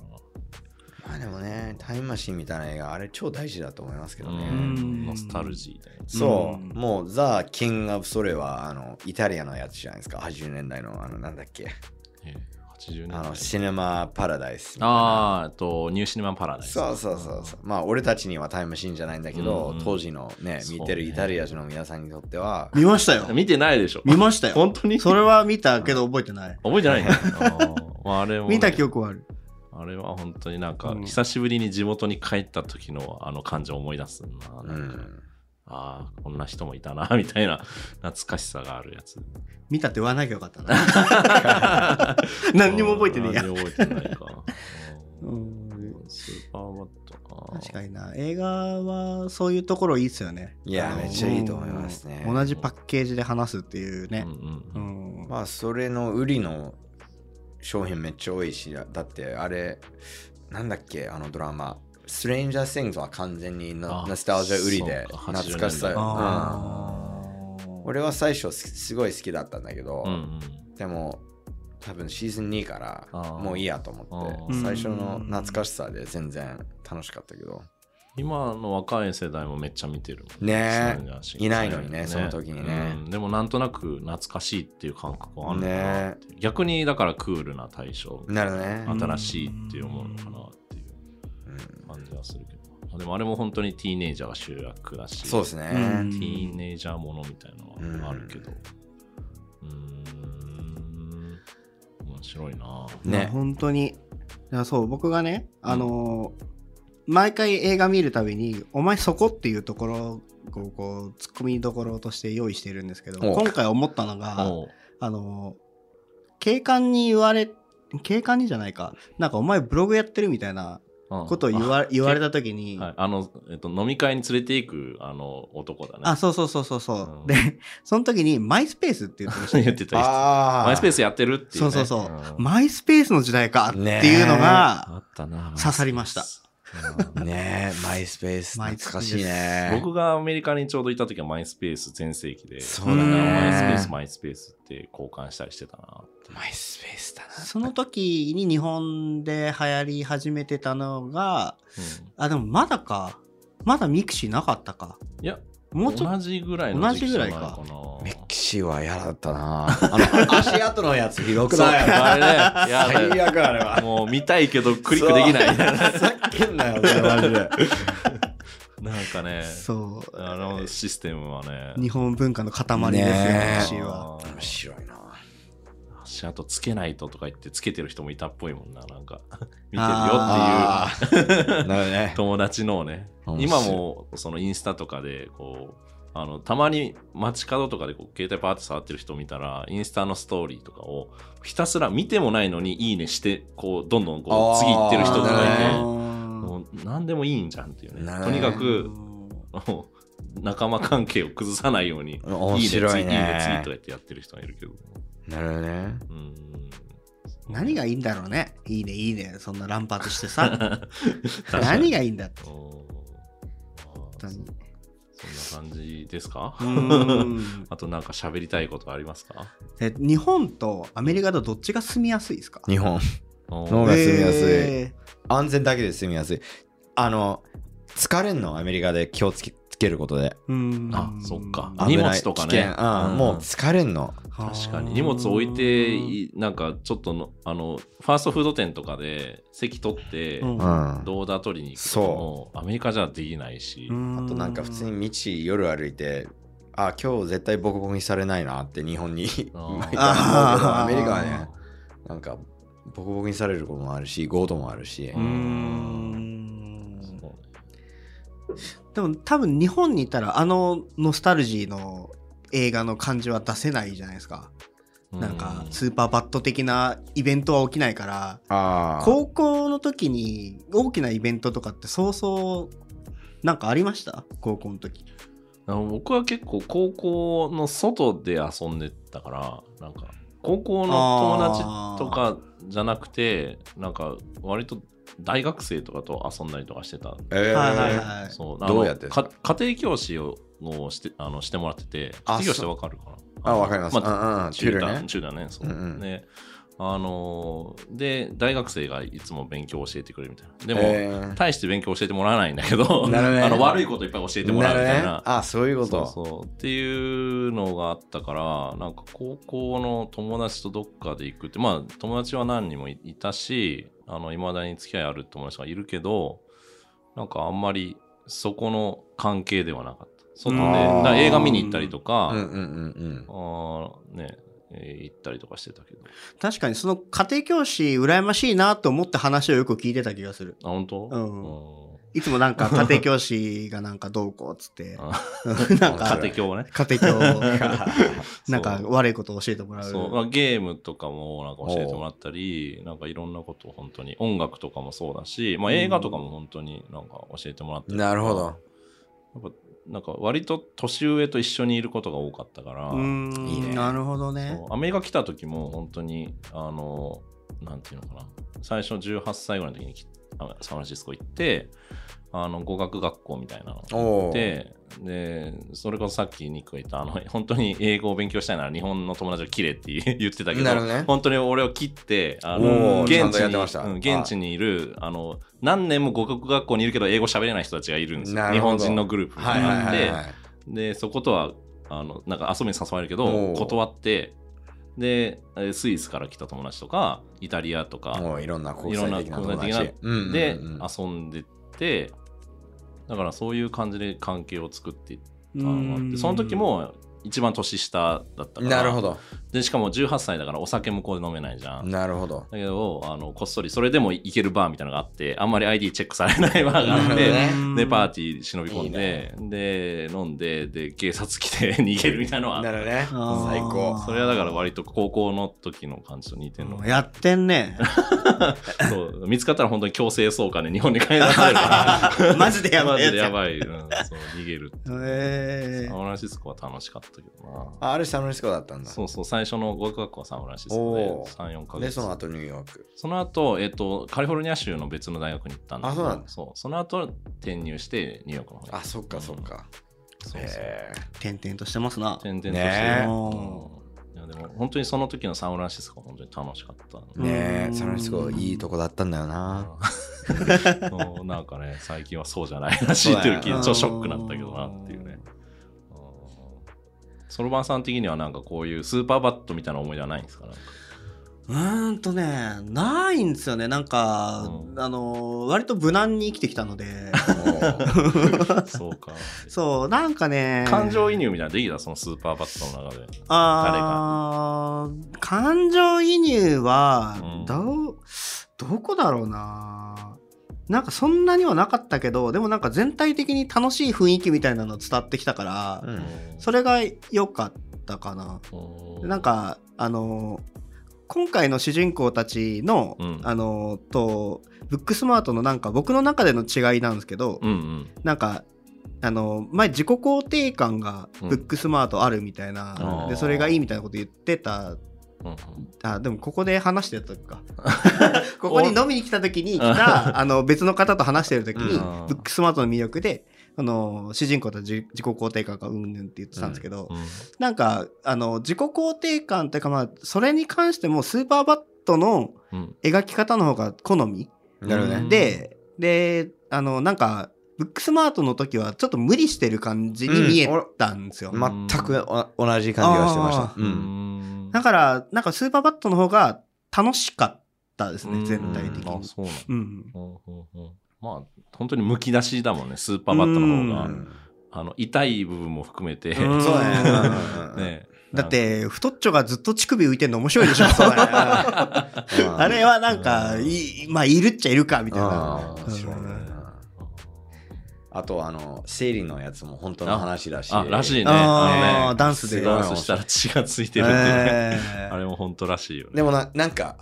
Speaker 3: まあでもね、タイムマシンみたいな映画、あれ超大事だと思いますけ
Speaker 2: な。
Speaker 3: ど
Speaker 2: う
Speaker 3: ね。
Speaker 2: ん、ノスタルジーだよね。
Speaker 3: そ
Speaker 1: う
Speaker 3: う、
Speaker 1: ん
Speaker 3: もうザ・キング・オブ・それはあのイタリアのやつじゃないですか、80年代のあのなんだっけ、
Speaker 2: えー80年
Speaker 3: あ
Speaker 2: 代
Speaker 3: のシネマ・パラダイスみたいな。
Speaker 2: あーえっと、ニューシネマンパラダイス。
Speaker 3: そうそうそうそう。まあ俺たちにはタイムマシンじゃないんだけど、
Speaker 2: うん
Speaker 3: 当時のね、
Speaker 2: そうね
Speaker 3: 見てるイタリア人の皆さんにとっては、
Speaker 1: 見ましたよ
Speaker 2: 見てないでしょ。
Speaker 1: 見ましたよ
Speaker 2: 本当に
Speaker 1: それは見たけど覚えてない
Speaker 2: 覚えてないね。あーまああれもね
Speaker 1: 見た記憶はある
Speaker 2: あれは本当になんか、
Speaker 1: うん
Speaker 2: 久しぶりに地元に帰った時のあの感じを思い出すな。
Speaker 3: う
Speaker 2: なんか
Speaker 3: ん、
Speaker 2: ああ、こんな人もいたな、みたいな懐かしさがあるやつ。
Speaker 1: 見たって言わなきゃよかったな 何にも覚えてねえや
Speaker 2: 何にも覚えてない か。
Speaker 1: う
Speaker 2: うん
Speaker 1: ん
Speaker 2: スーパーバットか。
Speaker 1: 確かにな映画はそういうところいいっすよね
Speaker 3: いや
Speaker 1: あの
Speaker 3: めっちゃいいと思いますね
Speaker 1: 同じパッケージで話すっていうね
Speaker 2: うんうん
Speaker 1: う
Speaker 2: うん
Speaker 1: ん、
Speaker 3: まあそれの売りの商品めっちゃ多いし、だだってあれ、なんだっけ、あのドラマ。スレンジャー・シングスは完全にノ
Speaker 2: あ
Speaker 3: ノスタルジャー売りで
Speaker 2: そうか80
Speaker 3: 懐かしさ、
Speaker 2: 年代
Speaker 3: うん、
Speaker 1: あー
Speaker 3: 俺は最初すすごい好きだったんだけど、
Speaker 2: うんうん
Speaker 3: でも多分シーズン2から
Speaker 2: あー
Speaker 3: もういいやと思
Speaker 2: あ
Speaker 3: って
Speaker 2: ー
Speaker 3: 最初の懐かしさで全然楽しかったけど
Speaker 2: 今の若い世代もめっちゃ見てるもん
Speaker 3: ねえ
Speaker 2: スナイダーシン
Speaker 3: いないのにねその時にね
Speaker 2: うんでもなんとなく懐かしいっていう感覚はあるのかな
Speaker 3: ね
Speaker 2: って逆にだからクールな対象
Speaker 3: なるほどね、
Speaker 1: ん
Speaker 2: 新しいって思うのかなっていう
Speaker 3: うん
Speaker 2: 感じはするけどでもあれも本当にティーネイジャーが主役だし
Speaker 3: そうですね、
Speaker 1: うん
Speaker 2: ティーネイジャーものみたいなのはあるけどうーん面白いな
Speaker 1: ね、
Speaker 3: ね
Speaker 1: 本当にいやそう僕がねあのー毎回映画見るたびに「お前そこ」っていうところをこうツッコミどころとして用意してるんですけど
Speaker 3: お
Speaker 1: 今回思ったのが
Speaker 2: おう
Speaker 1: あのー警官に言われ警官にじゃないかなんかお前ブログやってるみたいな
Speaker 2: うん
Speaker 1: ことを言わ言われた時に、
Speaker 2: はい、あの、えっと、飲み会に連れて行くあの男だね。
Speaker 1: あそうそうそうそうそう、
Speaker 2: うん
Speaker 1: でその時にマイスペースって言ってました
Speaker 2: 言ってた人。
Speaker 3: あ
Speaker 2: マイスペー
Speaker 3: ス
Speaker 2: スやってるっていう、ね。
Speaker 1: そうそうそ
Speaker 2: ん
Speaker 1: マイスペースの時代かっていうのが、
Speaker 2: あったな。
Speaker 1: 刺さりました
Speaker 2: うん
Speaker 3: ねえマイスペース懐かしいね
Speaker 2: 僕がアメリカにちょうどいた時はマイスペース全盛期で、
Speaker 3: そうだ
Speaker 1: うん
Speaker 2: マイスペ
Speaker 3: ね
Speaker 2: ース、マイスペースって交換したりしてたな。
Speaker 3: マイスペースだな
Speaker 1: その時に日本で流行り始めてたのがあでもまだかまだミクシーなかったか
Speaker 2: うんいや、
Speaker 1: もうちょっと
Speaker 2: 同じぐらいの時期じゃないかな。
Speaker 1: 同
Speaker 3: メキシは嫌だったなあの足跡のやつひどく
Speaker 2: そう
Speaker 3: ない
Speaker 2: あれね。やだよ
Speaker 3: 最悪あれは
Speaker 2: もう見たいけどクリックできない。
Speaker 3: ふざけんなよそれマジで
Speaker 2: なんかね、
Speaker 1: そ
Speaker 2: あのシステムはね
Speaker 1: う、日本文化の塊ですよ
Speaker 3: ねえ
Speaker 1: ミクシーは
Speaker 2: あー
Speaker 3: 面白いな
Speaker 2: 足跡つけないととか言ってつけてる人もいたっぽいもんななん か見てるよ
Speaker 1: あ
Speaker 3: ああなるほど
Speaker 2: ってい
Speaker 3: ね
Speaker 2: う友達のをね
Speaker 3: 面白い
Speaker 2: 今もそのインスタとかでこうあのたまに街角とかでこう携帯パーって触ってる人見たらインスタのストーリーとかをひたすら見てもないのにいいねしてこうどんどんこう次行ってる人とかい
Speaker 3: あ
Speaker 2: て
Speaker 3: ー
Speaker 2: もう何でもいいんじゃんっていうね
Speaker 3: なる
Speaker 2: と
Speaker 3: ほど
Speaker 2: に
Speaker 3: ね
Speaker 2: かく もう仲間関係を崩さないように
Speaker 3: 面白いね
Speaker 2: いいね次いいね次とかやってやってる人がいるけど
Speaker 3: なるほどね。
Speaker 2: うん
Speaker 1: 何がいいんだろうねいいねいいねそんな乱発してさ
Speaker 2: 確かに
Speaker 1: 何がいいんだって
Speaker 2: うん
Speaker 1: 本当に
Speaker 2: そんな感じですか
Speaker 1: うーん
Speaker 2: あとなんか喋りたいことありますか
Speaker 1: え日本とアメリカとどっちが住みやすいですか
Speaker 3: 日本。
Speaker 2: お
Speaker 3: 本
Speaker 2: ー
Speaker 3: が住みやすい
Speaker 1: え
Speaker 3: 安全だけで済みやすい。あの、疲れんの、アメリカで気をつけつけることで。
Speaker 1: ーうーん
Speaker 2: あそっか
Speaker 3: 危ない
Speaker 2: 荷物とかね
Speaker 3: 危険うん
Speaker 2: うん
Speaker 3: もう疲れんの。
Speaker 2: 確かに荷物置いていなんかちょっとのあのファーストフード店とかで席取って
Speaker 1: うん
Speaker 3: うん。
Speaker 2: 動画取りに行くともアメリカじゃできないし、
Speaker 1: あ
Speaker 3: あとなんか普通に道夜歩いて、あ、今日絶対ボコボコにされないなって日本に
Speaker 2: あー
Speaker 3: 毎回思うけど、アメリカは
Speaker 1: あ
Speaker 3: ね、なんかボコボコにされることもあるし、強盗もあるし
Speaker 1: うー。
Speaker 2: そうんね
Speaker 1: でも多分日本にいたらあのノスタルジーの映画の感じは出せないじゃないですかなんかスーパーバット的なイベントは起きないから
Speaker 3: ああ。
Speaker 1: 高校の時に大きなイベントとかってそうそうなんかありました高校の時
Speaker 2: あの僕は結構高校の外で遊んでたからなんか高校の友達とかじゃなくてなんか割と大学生とかと遊んだりとかしてた
Speaker 3: えー
Speaker 1: はいはいはい
Speaker 2: そうあの
Speaker 3: どうやってですか
Speaker 2: か家庭教師ををしてあのしてもらってて
Speaker 3: あ
Speaker 2: 家庭教師ってわかるかな
Speaker 3: あ、わかります。う
Speaker 2: あ
Speaker 3: んうん。チュ
Speaker 2: 中
Speaker 3: ール
Speaker 2: だ
Speaker 3: ね
Speaker 2: ね。。中だね。そう。
Speaker 3: うんうん
Speaker 2: ねあのーで、大学生がいつも勉強を教えてくれるみたいな。でも、
Speaker 3: えー
Speaker 2: 大して勉強教えてもらわないんだけど、
Speaker 3: なるほどね
Speaker 2: あの悪いこといっぱい教えてもらうみたい
Speaker 3: るほど
Speaker 2: な
Speaker 3: ね。あ、そういうこ
Speaker 2: そう
Speaker 3: と。
Speaker 2: そうっていうのがあったからなんか高校の友達とどっかで行くってまあ友達は何人もいいたしいまだに付き合いある友達がいるけどなんかあんまりそこの関係ではなかった外で
Speaker 1: うん
Speaker 2: だから映画見に行ったりとか、
Speaker 3: うんうんうん
Speaker 2: あーねえー行ったりとかしてたけど
Speaker 1: 確かにその家庭教師羨ましいなと思って話をよく聞いてた気がする
Speaker 2: あ本当
Speaker 1: うん
Speaker 2: うん
Speaker 1: いつもなんか家庭教師がなんかどうこうっつって
Speaker 2: あ
Speaker 1: なん
Speaker 2: 家
Speaker 1: か
Speaker 2: 庭教はね
Speaker 1: 家庭教
Speaker 3: うん。
Speaker 1: なんか
Speaker 2: そう
Speaker 1: 悪いことを教えてもらう
Speaker 2: そうまあゲームとかもなんか教えてもらったりなんかいろんなことを本当に音楽とかもそうだし、まあ、映画とかも本当になんか教えてもらったりとか
Speaker 3: なるほど。
Speaker 2: やっぱなんか割と年上と一緒にいることが多かったから、
Speaker 1: うーん
Speaker 3: いいね
Speaker 1: なるほどね
Speaker 2: そうアメリカ来た時も本当にあのなんていうのかな最初18歳ぐらいの時にきあサンフランシスコ行ってあの語学学校みたいなの
Speaker 3: おお。
Speaker 2: ででそれこそさっきニックが言ったあの本当に英語を勉強したいなら日本の友達を切れって言ってたけど
Speaker 3: なるほどね
Speaker 2: 本当に俺を切ってあ
Speaker 1: おー
Speaker 2: の
Speaker 1: ちゃ
Speaker 2: 現
Speaker 3: ん
Speaker 2: 地
Speaker 3: とやって
Speaker 2: に
Speaker 3: ました
Speaker 2: うん現地にいるあの何年も語学学校にいるけど英語喋れない人たちがいるんですよ
Speaker 3: な
Speaker 2: 日
Speaker 3: るほ
Speaker 2: 本
Speaker 3: ど
Speaker 2: 人のグループ
Speaker 3: はいはい
Speaker 2: があっ
Speaker 3: はいは
Speaker 2: て
Speaker 3: い。
Speaker 2: でそことはあのなんか遊びに誘われるけど
Speaker 3: おー
Speaker 2: 断ってでえースイスから来た友達とかイタリアとか
Speaker 3: もういろんな国際的な友
Speaker 2: いろんな国際
Speaker 3: 達
Speaker 2: 的
Speaker 3: うんうんうん
Speaker 2: で遊んでてだからそういう感じで関係を作っていって。
Speaker 1: う
Speaker 2: あのあっ
Speaker 1: ー
Speaker 2: て
Speaker 1: ん
Speaker 2: その時も一番年下だったから
Speaker 3: なるほど
Speaker 2: でしかも18歳だからお酒向こうで飲めないじゃんだ
Speaker 3: なるほど
Speaker 2: けどあのこっそりそれでも行けるバーみたいなのがあってあんまり ID チェックされないバーがあっ
Speaker 3: なる
Speaker 2: て
Speaker 3: ほどね
Speaker 2: でパー
Speaker 1: テ
Speaker 2: ティー忍び込んでで飲んでで警察来て 逃げるみたいなのはあった
Speaker 3: なるね
Speaker 1: あー
Speaker 3: 最高
Speaker 2: それはだから割と高校の時の感じと似てるの
Speaker 1: やってんね
Speaker 2: そう見つかったら本当に強制送還で日本に帰らされる か
Speaker 1: マジで
Speaker 2: ら
Speaker 1: や
Speaker 2: マ
Speaker 1: ばいや
Speaker 2: ジ
Speaker 1: つ
Speaker 2: で
Speaker 1: や
Speaker 2: やばい、うん、そう逃げるサン
Speaker 1: え
Speaker 2: フランシスコは楽しかったけどな
Speaker 3: ああれサンフランシスコだったんだ
Speaker 2: そうそう、最初の語学学校はサンフランシスコ
Speaker 3: お
Speaker 2: で
Speaker 3: ー
Speaker 2: 3、4ヶ
Speaker 3: で
Speaker 2: 月。
Speaker 3: その後ニューヨーク
Speaker 2: その後、えっ、と、カリフォルニア州の別の大学に行ったんだけど
Speaker 3: あそうなんだ
Speaker 2: そうその後、転入してニューヨークの方に。
Speaker 3: あそっかそっか
Speaker 2: そうそう。
Speaker 3: へ
Speaker 1: 点々としてますな
Speaker 2: 転々として、
Speaker 3: ねえ
Speaker 2: うんいやでも本当にその時のサンフランシスコは本当に楽しかった。
Speaker 3: えねえサンフランシスコいいとこだったんだよな
Speaker 2: うん そうなんかね、最近はそうじゃないらしいっていうの聞いてちょっとショックなんだけどなっていうね。うんソロバンさん的にはなんかこういうスーパーバットみたいな思い出はないんですかなんか
Speaker 1: うーんとねないんですよねなんか、
Speaker 2: うん
Speaker 1: あの割と無難に生きてきたの で
Speaker 2: そうか。
Speaker 1: そうなんかね
Speaker 2: 感情移入みたいなのできたそのスーパーバットの中で。
Speaker 1: あー感情移入は
Speaker 2: うん
Speaker 1: どう、どこだろうななんかそんなにはなかったけどでもなんか全体的に楽しい雰囲気みたいなの伝わってきたから、
Speaker 3: うん
Speaker 1: それが良かったかな。
Speaker 2: う
Speaker 1: でなん、かあの今回の主人公たちの、
Speaker 2: うん
Speaker 1: あのとブックスマートのなんか僕の中での違いなんですけど、
Speaker 2: うんうん、
Speaker 1: なんかあの前自己肯定感が
Speaker 2: うん
Speaker 1: ブックスマートあるみたいな、
Speaker 2: あー
Speaker 1: でそれがいいみたいなこと言ってた
Speaker 2: うんうん
Speaker 1: あでもここで話してた時 かここに飲みに来た時に来たあの別の方と話してる時に、
Speaker 2: うん
Speaker 1: ブックスマートの魅力であの主人公たち自自己肯定感がうんぬんって言ってたんですけど、
Speaker 2: うん
Speaker 1: なんかあの自己肯定感っていうかまあそれに関してもスーパーバットの
Speaker 2: うん
Speaker 1: 描き方の方が好み、
Speaker 3: なるほどね。
Speaker 1: で、で、あの、なんか、ブックスマートの時はちょっと無理してる感じに見えたんですよ。
Speaker 2: ん
Speaker 3: 全くお同じ感じがしてました
Speaker 1: あ。
Speaker 3: う
Speaker 2: うんん
Speaker 1: だから、なんかスーパーバットの方が楽しかったです
Speaker 2: う
Speaker 1: ね、
Speaker 2: ん
Speaker 1: 全体的
Speaker 2: あ
Speaker 1: に。
Speaker 2: そうなんだ
Speaker 1: うん。
Speaker 2: うんうんうんまあ本当にむき出しだもんねスーパーバットの
Speaker 3: う
Speaker 2: 方が
Speaker 3: ん
Speaker 2: あの痛い部分も含めて、
Speaker 1: うん
Speaker 3: そうだねうんうんうん。
Speaker 2: ね
Speaker 1: だって、太っちょがずっと乳首浮いてんの面白いでしょ。
Speaker 3: そうだね。うん
Speaker 1: あれはなんか、
Speaker 2: うん
Speaker 1: いまあ、いるっちゃいるか、みたい
Speaker 3: あ
Speaker 1: な。
Speaker 3: ー
Speaker 1: うん
Speaker 3: 面白いねあとあの生理のやつも本当の話らしい。
Speaker 2: あらしいね
Speaker 1: あー
Speaker 2: あのね
Speaker 1: ダンスで。
Speaker 2: ダンスしたら血がついてるっていうね、
Speaker 1: えー
Speaker 2: あれも本当らしいよね
Speaker 3: でもななんか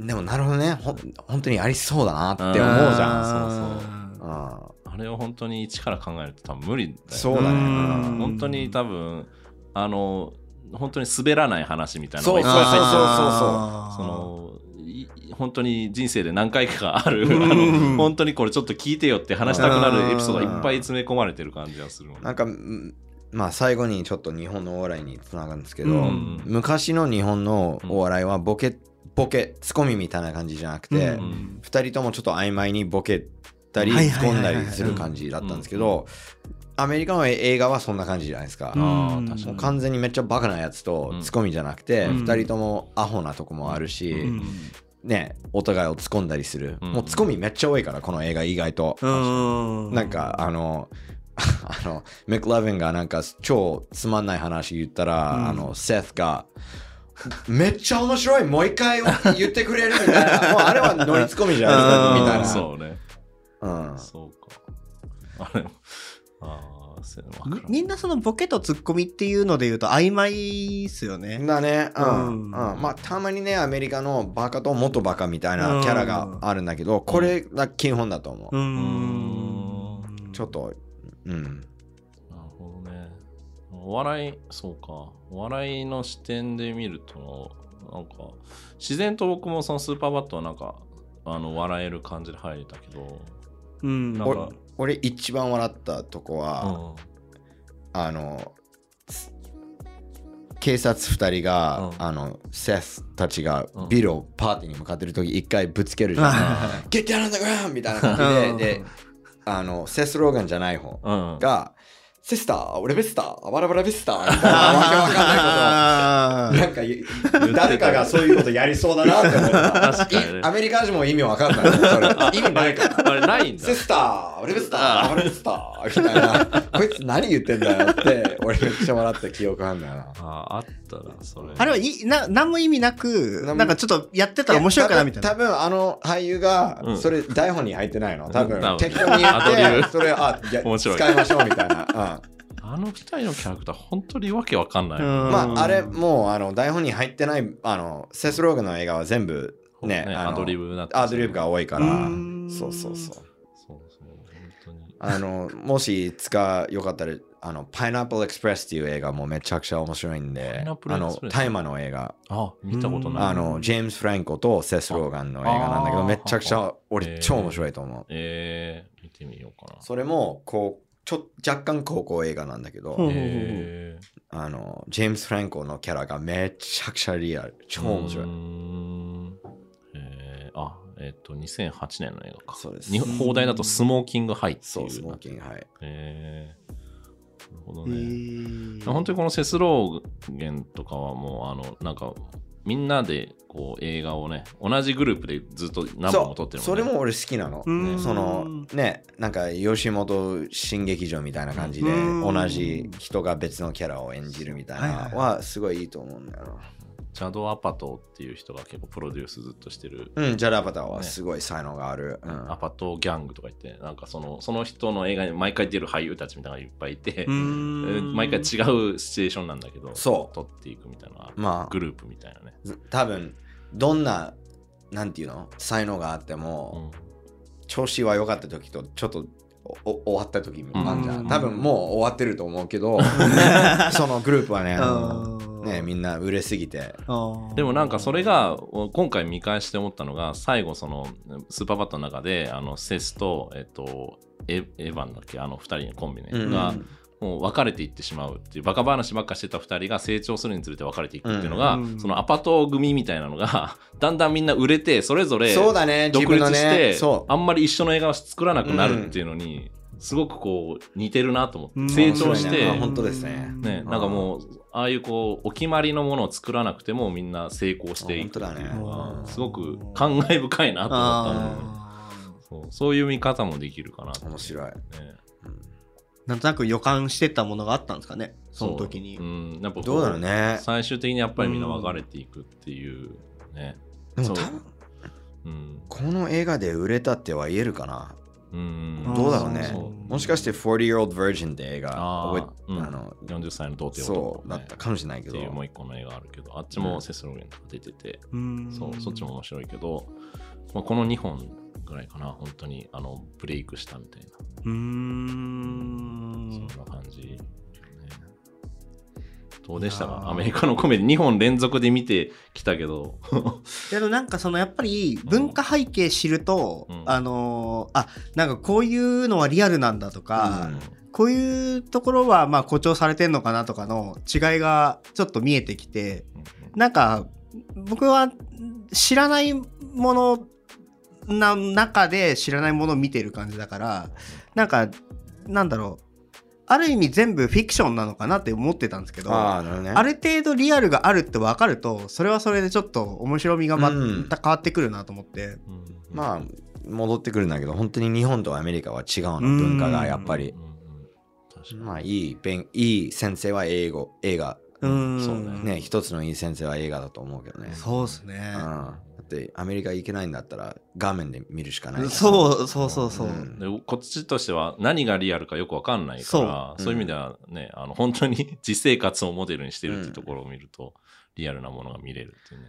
Speaker 3: でもなるほどねほん本当にありそうだなって思うじゃん。
Speaker 2: んそうそう
Speaker 1: あー
Speaker 3: あ
Speaker 2: あれを本当に一から考えると多分無理だよね
Speaker 3: そうだね
Speaker 1: うん
Speaker 2: 本当に多分あの本当に滑らない話みたいなのがいっぱい
Speaker 3: そうそ
Speaker 2: 入
Speaker 3: う
Speaker 2: ってる
Speaker 1: あー
Speaker 2: そのい本当に人生で何回かある、
Speaker 1: うん
Speaker 2: あの本当にこれちょっと聞いてよって話したくなるエピソードがいっぱい詰め込まれてる感じがするもん
Speaker 3: ー
Speaker 2: ね
Speaker 3: なんかうんまあ最後にちょっと日本のお笑いにつながるんですけど、
Speaker 1: うん
Speaker 3: 昔の日本のお笑いはボケボケツッコミみたいな感じじゃなくて、
Speaker 1: うん
Speaker 2: うん
Speaker 3: 2人ともちょっと曖昧にボケたり
Speaker 1: はい
Speaker 3: 突っ
Speaker 1: はいはい
Speaker 3: 込ん
Speaker 1: は
Speaker 3: だ
Speaker 1: い
Speaker 3: りする感じだったんですけど、アメリカの映画はそんな感じじゃないですか。
Speaker 1: うん
Speaker 2: あー確か
Speaker 3: もう
Speaker 2: に
Speaker 3: 完全にめっちゃバカなやつと
Speaker 2: うん
Speaker 3: ツッコミじゃなくて、
Speaker 2: うん
Speaker 3: 2人ともアホなとこもあるし、
Speaker 1: うん
Speaker 3: ねお互いを突っ込んだりする、
Speaker 2: うん
Speaker 3: もうツッコミめっちゃ多いからこの映画意外と、
Speaker 1: うん
Speaker 3: なんかあの あのメクラヴィンがなんか超つまんない話言ったら、
Speaker 1: うん
Speaker 3: あのセスがめっちゃ面白いもう一回言ってくれるみたいなもうあれはノリツッコミじゃない
Speaker 1: うん
Speaker 3: ですか
Speaker 2: そうね
Speaker 3: みたいな、うん、
Speaker 2: そうかあれあーそういうのわから
Speaker 1: みんなそのボケとツッコミっていうので言うと曖昧っすよね。
Speaker 3: だね、うん
Speaker 1: うん
Speaker 3: うんまあたまにねアメリカのバカと元バカみたいなキャラがあるんだけど、これが基本だと思う、
Speaker 1: うーん。
Speaker 3: ちょっとうん
Speaker 2: なるほどね。お笑い、そうか。お笑いの視点で見ると、なんか、自然と僕もそのスーパーバットはなんか、あの、笑える感じで入れたけど、
Speaker 1: うん。
Speaker 2: なん
Speaker 3: 俺
Speaker 2: か、
Speaker 3: 俺一番笑ったとこは、
Speaker 2: うん
Speaker 3: あのつ警察2人が、
Speaker 2: うん
Speaker 3: あのセスたちが
Speaker 2: うん
Speaker 3: ビルをパーティーに向かってる時一回ぶつけるじゃん。
Speaker 1: あ
Speaker 3: ゲッ Get down on the ground! みたいな感じで、で、あの、セスローガンじゃない方
Speaker 2: うん。
Speaker 3: が、セスター、俺ベスター、バラバラベスターみたいなわけわかんないことを。なんか言う誰かがそういうことやりそうだなって思った。
Speaker 2: 確かにね
Speaker 3: いアメリカ人も意味わかんない。それ意味ないから。
Speaker 2: あれ、ないんだ
Speaker 3: セ。スター、俺ベスター、俺ベスターみたいな。 こいつ何言ってんだよって、俺めっちゃ笑った記憶あんだよな。
Speaker 2: ああったら、それ。
Speaker 1: あれはいな何も意味なく
Speaker 3: なんも
Speaker 1: なんかちょっとやってたら面白いかなみたいな。
Speaker 3: 多分多分あの俳優が
Speaker 2: うん
Speaker 3: それ台本に入ってないの多
Speaker 2: う
Speaker 3: 分
Speaker 2: ん多分
Speaker 3: 適当に言
Speaker 2: アドリ
Speaker 3: っ
Speaker 2: ブ
Speaker 3: てそれあじゃ
Speaker 2: 面白い
Speaker 3: 使いましょうみたいな、
Speaker 2: あの二人のキャラクター、本当にわけわかんない。
Speaker 3: うん、
Speaker 1: ん
Speaker 3: まああれもうあの台本に入ってないあのセスローグの映画は全部ねあの
Speaker 2: アドリブだった。
Speaker 3: アドリブが多いから
Speaker 1: うーん
Speaker 3: そうそうそう
Speaker 2: そうそう、本当に。
Speaker 3: あのもし使うよかったらあのパイナップルエクスプレスっていう映画もめちゃくちゃ面白いんであ
Speaker 2: Pineapple
Speaker 3: の
Speaker 2: Express
Speaker 3: 大麻の映画
Speaker 2: あ、見たこと
Speaker 1: うん
Speaker 2: ない。
Speaker 3: あのジェームス・フランコとセスローガンの映画なんだけ
Speaker 2: あー
Speaker 3: どめちゃくちゃ
Speaker 2: へ
Speaker 3: 俺
Speaker 2: ー
Speaker 3: 超面白いと思う
Speaker 2: えー、見てみようかな。
Speaker 3: それもこうちょ若干高校映画なんだけど、
Speaker 1: うん
Speaker 2: えー、
Speaker 3: あのジェームス・フランコのキャラがめちゃくちゃリアル超面白い、
Speaker 2: うーんえー、あ、えっ、と、2008年の映画か。
Speaker 3: そうです
Speaker 2: 日本放題だとスモーキングハイっていう。
Speaker 3: そうスモーキングはい
Speaker 2: えー、なるほど
Speaker 1: へ
Speaker 2: ね。
Speaker 1: ー
Speaker 2: 本当にこのセスローゲンとかはもう、あの、なんか、みんなでこう映画をね、同じグループでずっと何本も撮ってるもんね。
Speaker 3: そうそれも俺好きなの、
Speaker 1: うん
Speaker 3: そのねなんか吉本新劇場みたいな感じで
Speaker 1: うん
Speaker 3: 同じ人が別のキャラを演じるみたいなのはすごいいいと思うんだよな
Speaker 2: ジャド・アパトっていう人が結構プロデュースずっとしてる、
Speaker 3: うん、ジャラパタはすごい才能がある。うん
Speaker 2: アパトギャングとか言ってなんかそのその人の映画に毎回出る俳優たちみたいなのがいっぱいいて、
Speaker 1: う
Speaker 2: え
Speaker 1: ーん
Speaker 2: ー毎回違うシチュエーションなんだけど
Speaker 3: そう
Speaker 2: 撮っていくみたいな
Speaker 3: ま
Speaker 2: グループみたいなね、
Speaker 3: あ、多分どんな、なんていうの才能があっても、調子は良かった時と、ちょっとおお終わった時もあんじゃ
Speaker 1: うん
Speaker 3: ん。多分もう終わってると思う けど、そのグループはね、
Speaker 1: うん
Speaker 3: ねみんな売れすぎて。
Speaker 1: あー
Speaker 2: でもなんかそれがお今回見返して思ったのが最後そのスーパーバットの中であのセスと、えっと、エエヴァンだっけあの2人のコンビね、
Speaker 3: うん
Speaker 2: がもう別れていってしまうっていうバカ話ばっかしてた2人が成長するにつれて別れていくっていうのが、
Speaker 1: うんうん
Speaker 2: そのアパト組みたいなのが だんだんみんな売れてそれぞれ
Speaker 3: そうだね、自
Speaker 2: 独
Speaker 3: 分
Speaker 2: 立
Speaker 3: の
Speaker 2: して、
Speaker 3: ね。そう。
Speaker 2: あんまり一緒の映画を作らなくなるっていうのに、すごくこう似てるなと思って、
Speaker 1: うん
Speaker 2: 成長し
Speaker 3: 面白い
Speaker 2: て
Speaker 3: ねあ。本当ですね
Speaker 2: ね、
Speaker 3: うん
Speaker 2: なんかもうああいうこうお決まりのものを作らなくてもみんな成功していくっていうの
Speaker 1: あ本当だね
Speaker 2: はすごく感慨深いなと思ったので
Speaker 1: あー
Speaker 2: そうそういう見方もできるかなと思
Speaker 3: 面白い。
Speaker 2: うね
Speaker 1: なんとなく予感してたものがあったんですかねその時に
Speaker 2: そううんやっぱこ
Speaker 3: どうだろうね。
Speaker 2: 最終的にやっぱりみんな別れていくっていうね
Speaker 3: でも
Speaker 2: そう
Speaker 3: 多分
Speaker 2: うん
Speaker 3: この映画で売れたっては言えるかな。
Speaker 2: うん
Speaker 1: ん
Speaker 3: どうだろうね
Speaker 2: そ
Speaker 3: もしかして40 year old virgin って映画
Speaker 2: あー
Speaker 3: 覚え
Speaker 2: うん
Speaker 3: あの
Speaker 2: 40歳の童貞
Speaker 3: そ
Speaker 2: 男
Speaker 3: う
Speaker 2: ね
Speaker 3: だったかもしれないけ
Speaker 2: っ
Speaker 3: ど
Speaker 2: ていうもう一個の映画あるけどあっち
Speaker 3: う
Speaker 2: も
Speaker 3: ん
Speaker 2: セスローゲンとか出てて、
Speaker 1: うん
Speaker 2: そうそっちも面白いけど、まあ、この2本ぐらいかな本当にあのブレイクしたみたいな、
Speaker 1: うー
Speaker 2: そん
Speaker 1: ん
Speaker 2: な感じ、ねどうでしたかアメリカのコメディ2本連続で見てきたけ ど
Speaker 1: でもなんかそのやっぱり文化背景知ると、
Speaker 2: うん
Speaker 1: あのーあなんかこういうのはリアルなんだとか、こういうところはまあ誇張されてんのかなとかの違いがちょっと見えてきてなんか僕は知らないものな中で知らないものを見てる感じだからなんかなんだろうある意味全部フィクションなのかなって思ってたんですけど
Speaker 3: ああなるほどね
Speaker 1: ある程度リアルがあるって分かるとそれはそれでちょっと面白みがま
Speaker 3: うん
Speaker 1: た変わってくるなと思って、
Speaker 2: あ
Speaker 3: まあ戻ってくるんだけど本当に日本とアメリカは違うの文化がやっぱり
Speaker 2: 確かに、
Speaker 3: まあいい勉いい先生は英語映画
Speaker 1: うん
Speaker 2: そうだよ
Speaker 3: ね一つのいい先生は映画だと思うけどね
Speaker 1: そうですね
Speaker 3: うん、だってアメリカ行けないんだったら画面で見るしかない
Speaker 1: そうそうそうそう、
Speaker 3: うん
Speaker 2: でこっちとしては何がリアルかよくわかんないから
Speaker 3: そう
Speaker 2: そういう意味ではね、あの本当に 実生活をモデルにしてるっていうところを見ると、リアルなものが見れるっていうね。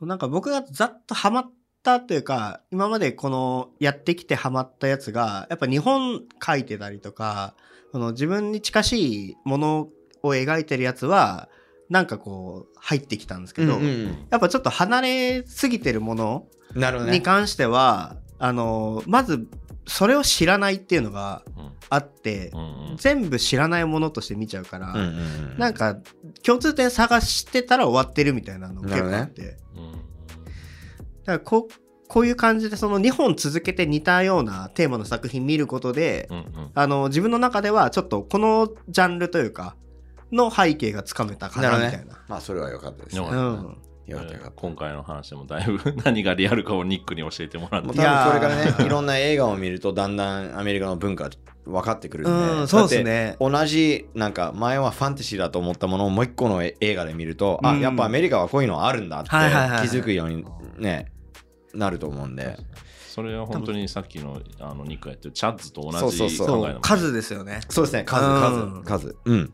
Speaker 1: なんか僕がざっとハマったというか今までこのやってきてハマったやつがやっぱ日本書いてたりとかその自分に近しいものを描いてるやつはなんかこう入ってきたんですけど、
Speaker 3: うんうん
Speaker 1: やっぱちょっと離れすぎてるもの
Speaker 3: なるほど
Speaker 1: に
Speaker 3: ね
Speaker 1: 関しては、あのまずそれを知らないっていうのが
Speaker 2: うん
Speaker 1: あって
Speaker 2: う、んうん
Speaker 1: 全部知らないものとして見ちゃうから、
Speaker 3: うんうんうん
Speaker 1: なんか共通点探してたら終わってるみたいなの結構あって、
Speaker 2: うん
Speaker 1: だからここういう感じでその2本続けて似たようなテーマの作品見ることで、
Speaker 2: うんうん
Speaker 1: あの自分の中ではちょっとこのジャンルというかの背景がつかめたか
Speaker 3: な
Speaker 1: な
Speaker 3: るほど
Speaker 1: み
Speaker 3: ね
Speaker 1: たいな。
Speaker 3: まあそれは良かったですね
Speaker 2: よ
Speaker 1: う
Speaker 2: かった
Speaker 1: ん
Speaker 3: よかったよかった
Speaker 2: 今回の話でもだいぶ 何がリアルかをニックに教えてもらって
Speaker 3: もう
Speaker 1: い
Speaker 3: 多
Speaker 1: やー
Speaker 3: 分これからね、い ろんな映画を見ると、だんだんアメリカの文化分かってくるんで、
Speaker 1: うん、そうですね。
Speaker 3: だって同じ、なんか前はファンタジーだと思ったものをもう一個の映画で見ると、
Speaker 1: う
Speaker 3: あ、
Speaker 1: ん
Speaker 3: やっぱアメリカはこういうのあるんだって気
Speaker 1: はいはいはいはい
Speaker 3: づくようにね、なると思うんで、
Speaker 2: それは本当にさっきのあのニックがやってるチャッズと同じ考
Speaker 3: そ
Speaker 2: え
Speaker 3: うそうそう
Speaker 2: だもん
Speaker 1: そ
Speaker 2: ね
Speaker 1: う数ですよね。
Speaker 3: そうですね、
Speaker 1: うん
Speaker 3: 数、数、数。うん。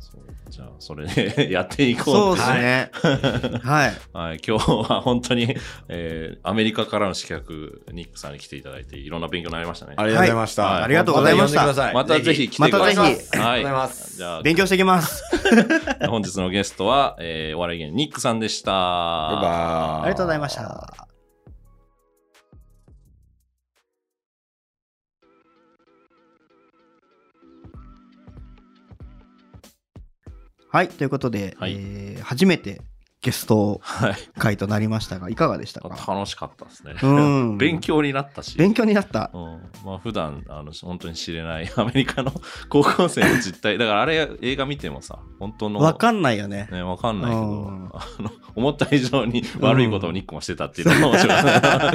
Speaker 2: そうじゃあそれで やっていこ
Speaker 1: そう
Speaker 2: うって
Speaker 1: ですね。はい。
Speaker 2: はい、今日は本当に、えーアメリカからの刺客ニックさんに来ていただいていろんな勉強になりましたね。
Speaker 3: ありがとうございました。
Speaker 2: はいあ
Speaker 1: りがとうございました
Speaker 3: た呼んでください
Speaker 2: またぜひ来てください。
Speaker 1: またぜ
Speaker 3: ひ
Speaker 2: は
Speaker 3: ありがとうございます
Speaker 2: じゃあ
Speaker 1: 勉強していきます。
Speaker 2: 本日のゲストは、えーお笑い芸人ニックさんでした。
Speaker 3: バイバーイ
Speaker 1: ありがとうございました。はい、ということで、
Speaker 2: はい
Speaker 1: えー初めてゲスト
Speaker 2: はい、
Speaker 1: 会となりましたが、いかがでしたか
Speaker 2: 楽しかったですね。
Speaker 1: うん
Speaker 2: 勉強になったし。
Speaker 1: 勉強になった
Speaker 2: う。んまあ普段あの本当に知れない アメリカの高校生の実態だからあれ映画見てもさ本当の
Speaker 1: わかんないよね。
Speaker 2: ね、わかんないけど、
Speaker 1: うん
Speaker 2: あの思った以上に悪いことをニックもしてたっていうのが面 白かった。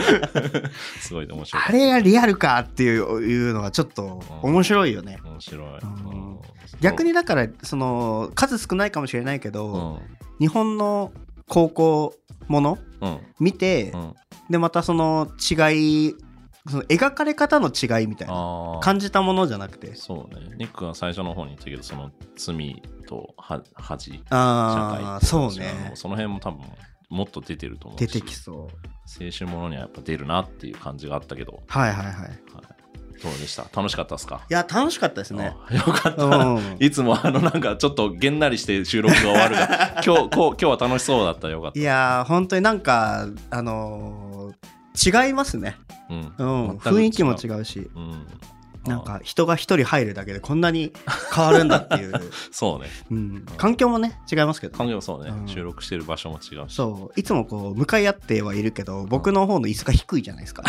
Speaker 2: すごい面白い。
Speaker 1: あれがリアルかっていういうのがちょっと面白いよね。
Speaker 2: 面白い。
Speaker 1: ん逆にだから、その、数少ないかもしれないけ
Speaker 2: うん、
Speaker 1: ど、
Speaker 2: うん
Speaker 1: 日本の高校もの
Speaker 2: うん
Speaker 1: 見て、
Speaker 2: うん
Speaker 1: でまたその違いその描かれ方の違いみたいな
Speaker 2: ああ
Speaker 1: 感じたものじゃなくて
Speaker 2: そうねニックが最初の方に言ったけどその罪とは恥
Speaker 1: ああ
Speaker 2: 社
Speaker 1: そう
Speaker 2: あ
Speaker 1: ね
Speaker 2: のその辺も多分もっと出てると思うし
Speaker 1: 出てきそう
Speaker 2: 青春ものにはやっぱ出るなっていう感じがあったけど、は
Speaker 1: はいはいはいい
Speaker 2: い、どうでした楽しかったですか
Speaker 1: や楽しかったですね
Speaker 2: あよかっ
Speaker 1: う
Speaker 2: た、
Speaker 1: ん
Speaker 2: いつもあのなんかちょっとげんなりして収録が終わ るが今日こう今日は楽しそうだったよかっ
Speaker 1: いやー本当になんかあのー違いますね、
Speaker 2: た、うん
Speaker 1: うん、
Speaker 2: 全く
Speaker 1: 雰囲気も違うし
Speaker 2: うん
Speaker 1: なんか人が一人入るだけでこんなに変わるんだって いう、
Speaker 2: そうね
Speaker 1: うん、環境もね違いますけど
Speaker 2: 環境もそうね、
Speaker 1: うん
Speaker 2: 収録してる場所も違うし
Speaker 1: そういつもこう向かい合ってはいるけど僕の方の椅子が低いじゃないですか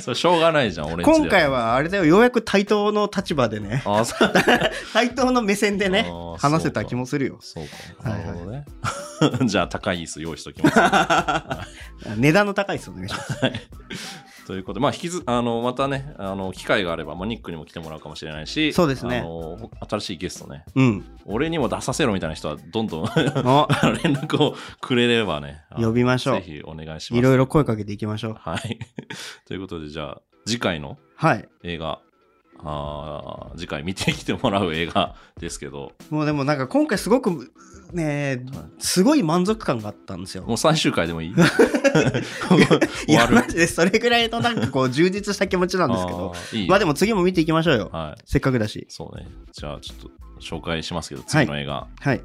Speaker 2: それしょうがないじゃん俺んちで
Speaker 1: 今回はあれだよようやく対等の立場でね
Speaker 2: あそう
Speaker 1: 対等の目線でね
Speaker 2: あー
Speaker 1: 話せた気もするよ
Speaker 2: そうか
Speaker 1: はいはい
Speaker 2: なるほどね じゃあ高い椅子用意しときます
Speaker 1: 値段の高いですお願いします
Speaker 2: ということで、まあ、引きずあのまたねあの機会があれば、まあ、ニックにも来てもらうかもしれないし
Speaker 1: そうですね
Speaker 2: あの新しいゲストね
Speaker 1: うん
Speaker 2: 俺にも出させろみたいな人はどんどん
Speaker 1: お
Speaker 2: あの連絡を くれればねあの
Speaker 1: 呼びましょう
Speaker 2: ぜひお願いします
Speaker 1: いろいろ声かけていきましょう
Speaker 2: はい ということでじゃあ次回の
Speaker 1: はい
Speaker 2: 映画あー次回見てきてもらう映画ですけど
Speaker 1: もうでもなんか今回すごくね
Speaker 2: はい
Speaker 1: すごい満足感があったんですよ
Speaker 2: もう最終回で もいい
Speaker 1: い
Speaker 2: 終わ
Speaker 1: や
Speaker 2: る
Speaker 1: マジでそれぐらいのなんかこう充実した気持ちなんですけど
Speaker 2: あーいい、
Speaker 1: まあでも次も見ていきましょうよ
Speaker 2: はい
Speaker 1: せっかくだし
Speaker 2: そうねじゃあちょっと紹介しますけど次の映画、
Speaker 1: はい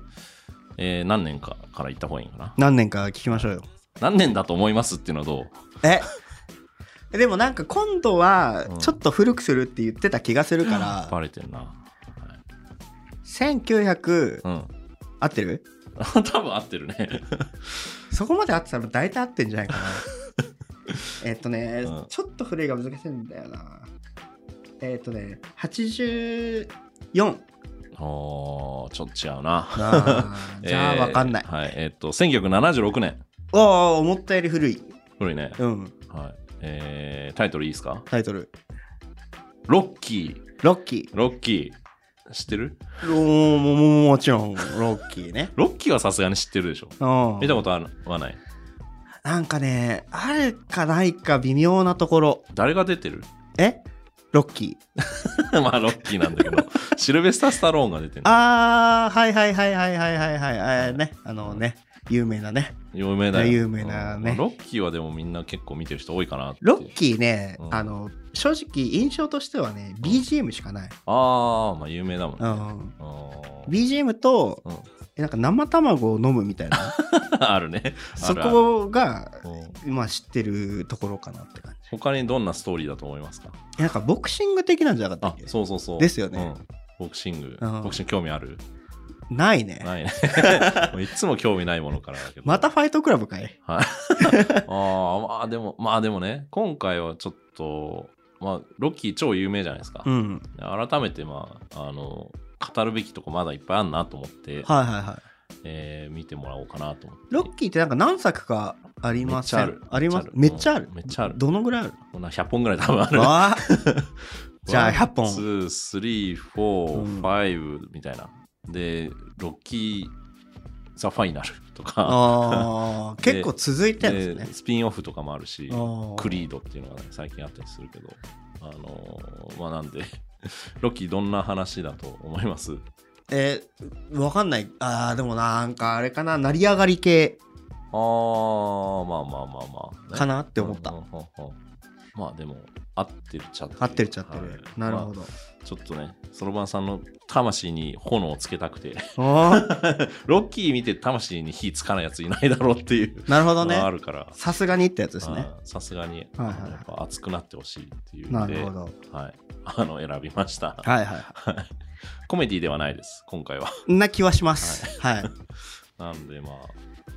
Speaker 2: えー何年かから行った方がいいのかな
Speaker 1: 何年か聞きましょうよ
Speaker 2: 何年だと思いますっていうのはどう
Speaker 1: え でもなんか今度は
Speaker 2: うん
Speaker 1: ちょっと古くするって言ってた気がするから、
Speaker 2: バレてるな。はい
Speaker 1: 1900
Speaker 2: うん。
Speaker 1: 合ってる
Speaker 2: 多分合ってるね。
Speaker 1: そこまで合ってたら大体合ってんじゃないかなえっとね、
Speaker 2: うん
Speaker 1: ちょっと古いが難しいんだよなえっとね84
Speaker 2: おー、ちょっと違うな。
Speaker 1: あー じゃあ
Speaker 2: えー
Speaker 1: 分かんない、
Speaker 2: はい。えーっと、1976年。
Speaker 1: おー思ったより古い、
Speaker 2: 古いね。
Speaker 1: うん、
Speaker 2: はい。えー、タイトルいいですか
Speaker 1: タイトル
Speaker 2: ロッキー。
Speaker 1: ロッキ
Speaker 2: ロッキー。知ってる
Speaker 1: ーおーもももちろんロッキーね
Speaker 2: ロッキーはさすがに知ってるでしょ。
Speaker 1: うん
Speaker 2: 見たことあるはない。
Speaker 1: なんかねあるかないか微妙なところ
Speaker 2: 誰が出てる
Speaker 1: えロッキー
Speaker 2: まあ、ロッキーな んだけど。シルベスタ・スタローンが出てる。
Speaker 1: あーはいはいはいはいはいはいはいあーねあのね有名なね
Speaker 2: 有名だよ。
Speaker 1: 有名なね
Speaker 2: うんロッキーはでもみんな結構見てる人多いかなって。
Speaker 1: ロッキーね、
Speaker 2: うん
Speaker 1: あの正直印象としてはね BGM しかない、
Speaker 2: あー、まあ有名だもんね。
Speaker 1: う
Speaker 2: あ
Speaker 1: ん、
Speaker 2: ー
Speaker 1: BGM と
Speaker 2: うん
Speaker 1: えなんか生卵を飲むみたいな
Speaker 2: あるね。
Speaker 1: そ
Speaker 2: ある
Speaker 1: こが
Speaker 2: あるうん
Speaker 1: まあ知ってるところかなって感じ
Speaker 2: 他にどんなストーリーだと思いますか
Speaker 1: えなんかボクシング的なんじゃなかっ
Speaker 2: あ
Speaker 1: たっけ
Speaker 2: そうそうそう。
Speaker 1: ですよね
Speaker 2: うん。ボクシング、
Speaker 1: うん
Speaker 2: ボクシング興味ある
Speaker 1: ないね
Speaker 2: ないね。 もういつも興味ないものからだけど。
Speaker 1: またファイトクラブかい
Speaker 2: はい。ああ、まあでも、まあでもね、今回はちょっと、まあ、ロッキー超有名じゃないですか。
Speaker 1: うん
Speaker 2: 改めて、まあ、あの、語るべきとこまだいっぱいあんなと思って、
Speaker 1: はいはいはい
Speaker 2: えー見てもらおうかなと思って。
Speaker 1: ロッキーってなんか何作かありません
Speaker 2: めっちゃある
Speaker 1: りますめ
Speaker 2: め
Speaker 1: っ
Speaker 2: っ
Speaker 1: ち
Speaker 2: ち
Speaker 1: ゃ
Speaker 2: ゃ
Speaker 1: あ
Speaker 2: あ
Speaker 1: る
Speaker 2: るめっちゃある
Speaker 1: どのぐらいある
Speaker 2: こんな100本ぐらい多分ある。
Speaker 1: わあじゃあ100本
Speaker 2: 2、3、
Speaker 1: うん
Speaker 2: 4、5みたいな。で、ロッキー・ザ・ファイナルとか、
Speaker 1: あー結構続いてるんですね
Speaker 2: でスピンオフとかもあるし
Speaker 1: あ、ー
Speaker 2: クリードっていうのが、ね、最近あったりするけど、あのーまあなんで、 ロッキーどんな話だと思います
Speaker 1: えーわかんないあーでもなんかあれかな成り上がり系
Speaker 2: あー、まあまあまあまあ、
Speaker 1: か
Speaker 2: っ
Speaker 1: なって思った、
Speaker 2: まあでも、合ってるっちゃってる
Speaker 1: 合ってるっちゃってる、
Speaker 2: はい
Speaker 1: なるほど、
Speaker 2: まあちょっとね、そろばんさんの魂に炎をつけたくて、
Speaker 1: あ、
Speaker 2: ロッキー見て魂に火つかないやついないだろうっていう
Speaker 1: なるほど
Speaker 2: のが
Speaker 1: ね
Speaker 2: あるから、
Speaker 1: さすがにってやつですね
Speaker 2: あーさすがに、
Speaker 1: はいはいはい
Speaker 2: やっぱ熱くなってほしいっていう
Speaker 1: な
Speaker 2: の
Speaker 1: る
Speaker 2: で、
Speaker 1: ほど
Speaker 2: はい、 あの選びました、
Speaker 1: はいはい
Speaker 2: コメディではないです、今回は。
Speaker 1: んな気はしますはい
Speaker 2: なんで、まあ、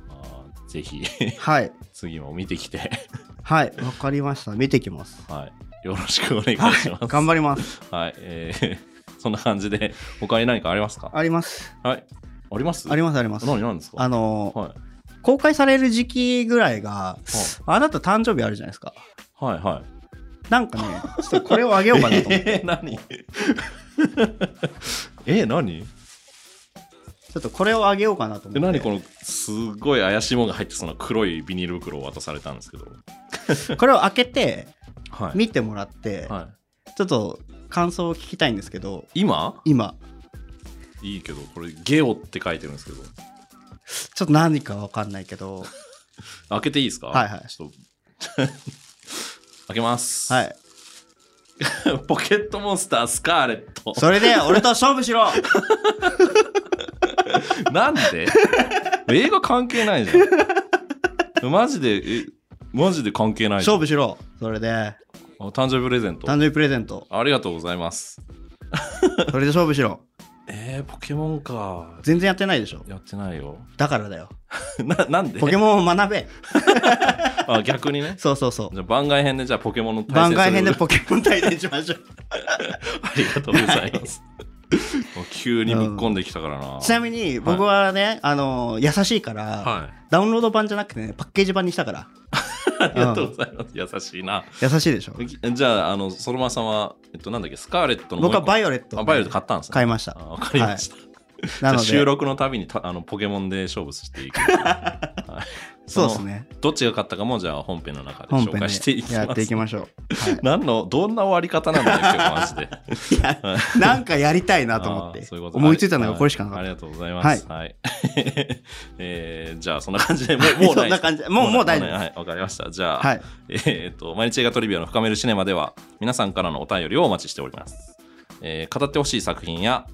Speaker 2: あーぜひ
Speaker 1: はい
Speaker 2: 次も見てきて、
Speaker 1: はいわかりました見てきます
Speaker 2: はい、よろしくお願いし
Speaker 1: は
Speaker 2: ます。
Speaker 1: い頑張ります
Speaker 2: はい、えー そんな感じで、他に何かありますか
Speaker 1: あります
Speaker 2: はい、あります
Speaker 1: あり
Speaker 2: ま
Speaker 1: ますあります
Speaker 2: 何、何ですか
Speaker 1: あのー
Speaker 2: はい、
Speaker 1: 公開される時期ぐらいが
Speaker 2: い
Speaker 1: あなた誕生日あるじゃないですか
Speaker 2: はい、はい。
Speaker 1: なんかねちょっとこれをあげようか なと思って
Speaker 2: えー、何えー、何
Speaker 1: ちょっとこれをあげようかなと思って。
Speaker 2: で何このすごい怪しいものが入ってその黒いビニール袋を渡されたんですけど
Speaker 1: これを開けて、
Speaker 2: は
Speaker 1: 見てもらって、
Speaker 2: は
Speaker 1: ちょっと感想を聞きたいんですけど、
Speaker 2: い、今
Speaker 1: 今、
Speaker 2: いいけどこれゲオって書いてるんですけど
Speaker 1: ちょっと何かわかんないけ ど、
Speaker 2: 開けていいですか
Speaker 1: はいはい
Speaker 2: ちょっと 開けます、
Speaker 1: はい。
Speaker 2: ポケットモンスタースカーレット
Speaker 1: それで俺と勝負しろ
Speaker 2: なんで映画関係ないじ ゃんマジでえマジで関係ないじ
Speaker 1: 勝
Speaker 2: ゃん
Speaker 1: 負しろそれで、
Speaker 2: あ誕生日プレゼント
Speaker 1: 誕生日プレゼント。
Speaker 2: ありがとうございます
Speaker 1: それで勝負しろ。
Speaker 2: えー、ポケモンか
Speaker 1: 全然やってないでしょ。
Speaker 2: やってないよ
Speaker 1: だからだよ。
Speaker 2: ななんで
Speaker 1: ポケモンを学べ。
Speaker 2: あ逆にね
Speaker 1: そうそうそう。
Speaker 2: じゃあ番外編でじゃあポケモンの対戦
Speaker 1: 番外編で
Speaker 2: ポ
Speaker 1: ポケモン対戦しましょう。
Speaker 2: ありがとうございます、もう急にぶっ込んできたからな、
Speaker 1: ちなみに僕はね、あの優しいから、
Speaker 2: はい
Speaker 1: ダウンロード版じゃなくてね、パッケージ版にしたから。
Speaker 2: ありがとうございます優しいな
Speaker 1: 優しいでしょ。
Speaker 2: じゃああのそろまさんはえっとなんだっけスカーレットの
Speaker 1: 僕はバ
Speaker 2: イ
Speaker 1: イオレット、
Speaker 2: あバイオレット買ったんですね
Speaker 1: 買いました。
Speaker 2: わかりました、
Speaker 1: なので、
Speaker 2: じゃあ収録のたびにたあのポケモンで勝負して いく、はい
Speaker 1: そうですね。
Speaker 2: どっちが勝ったかもじゃあ本編の中で
Speaker 1: 本
Speaker 2: 紹
Speaker 1: 編
Speaker 2: 介していき
Speaker 1: でや
Speaker 2: ま
Speaker 1: っ
Speaker 2: す
Speaker 1: ていきましょう。はい
Speaker 2: 何のどんな終わり方なんだよ今日マジで
Speaker 1: い や、 なんかやりたいなと思っ
Speaker 2: あ
Speaker 1: て
Speaker 2: ーそういうこと
Speaker 1: 思いついたのがこれしかな
Speaker 2: あ
Speaker 1: か
Speaker 2: り
Speaker 1: っ
Speaker 2: がとうございますはい、 えーじゃあそんな感じでもう
Speaker 1: た
Speaker 2: もう
Speaker 1: そ
Speaker 2: なんい
Speaker 1: な感じもうもう大丈夫で
Speaker 2: はい
Speaker 1: す
Speaker 2: はいわかりましたじゃあ、
Speaker 1: はい
Speaker 2: えーっと毎日映画トリビアの深めるシネマでは皆さんからのお便りをお待ちしております、えー語ってほしい作品や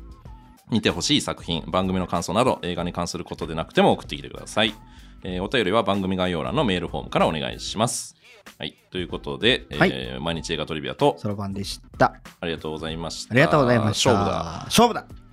Speaker 2: 見てほしい作品番組の感想など映画に関することでなくても送ってきてください、えーお便りは番組概要欄のメールフォームからお願いしますはいということで、えー
Speaker 1: はい
Speaker 2: 毎日映画トリビアと
Speaker 1: そろばんでした
Speaker 2: ありがとうございました
Speaker 1: ありがとうございました
Speaker 2: 勝負だ
Speaker 1: 勝負だ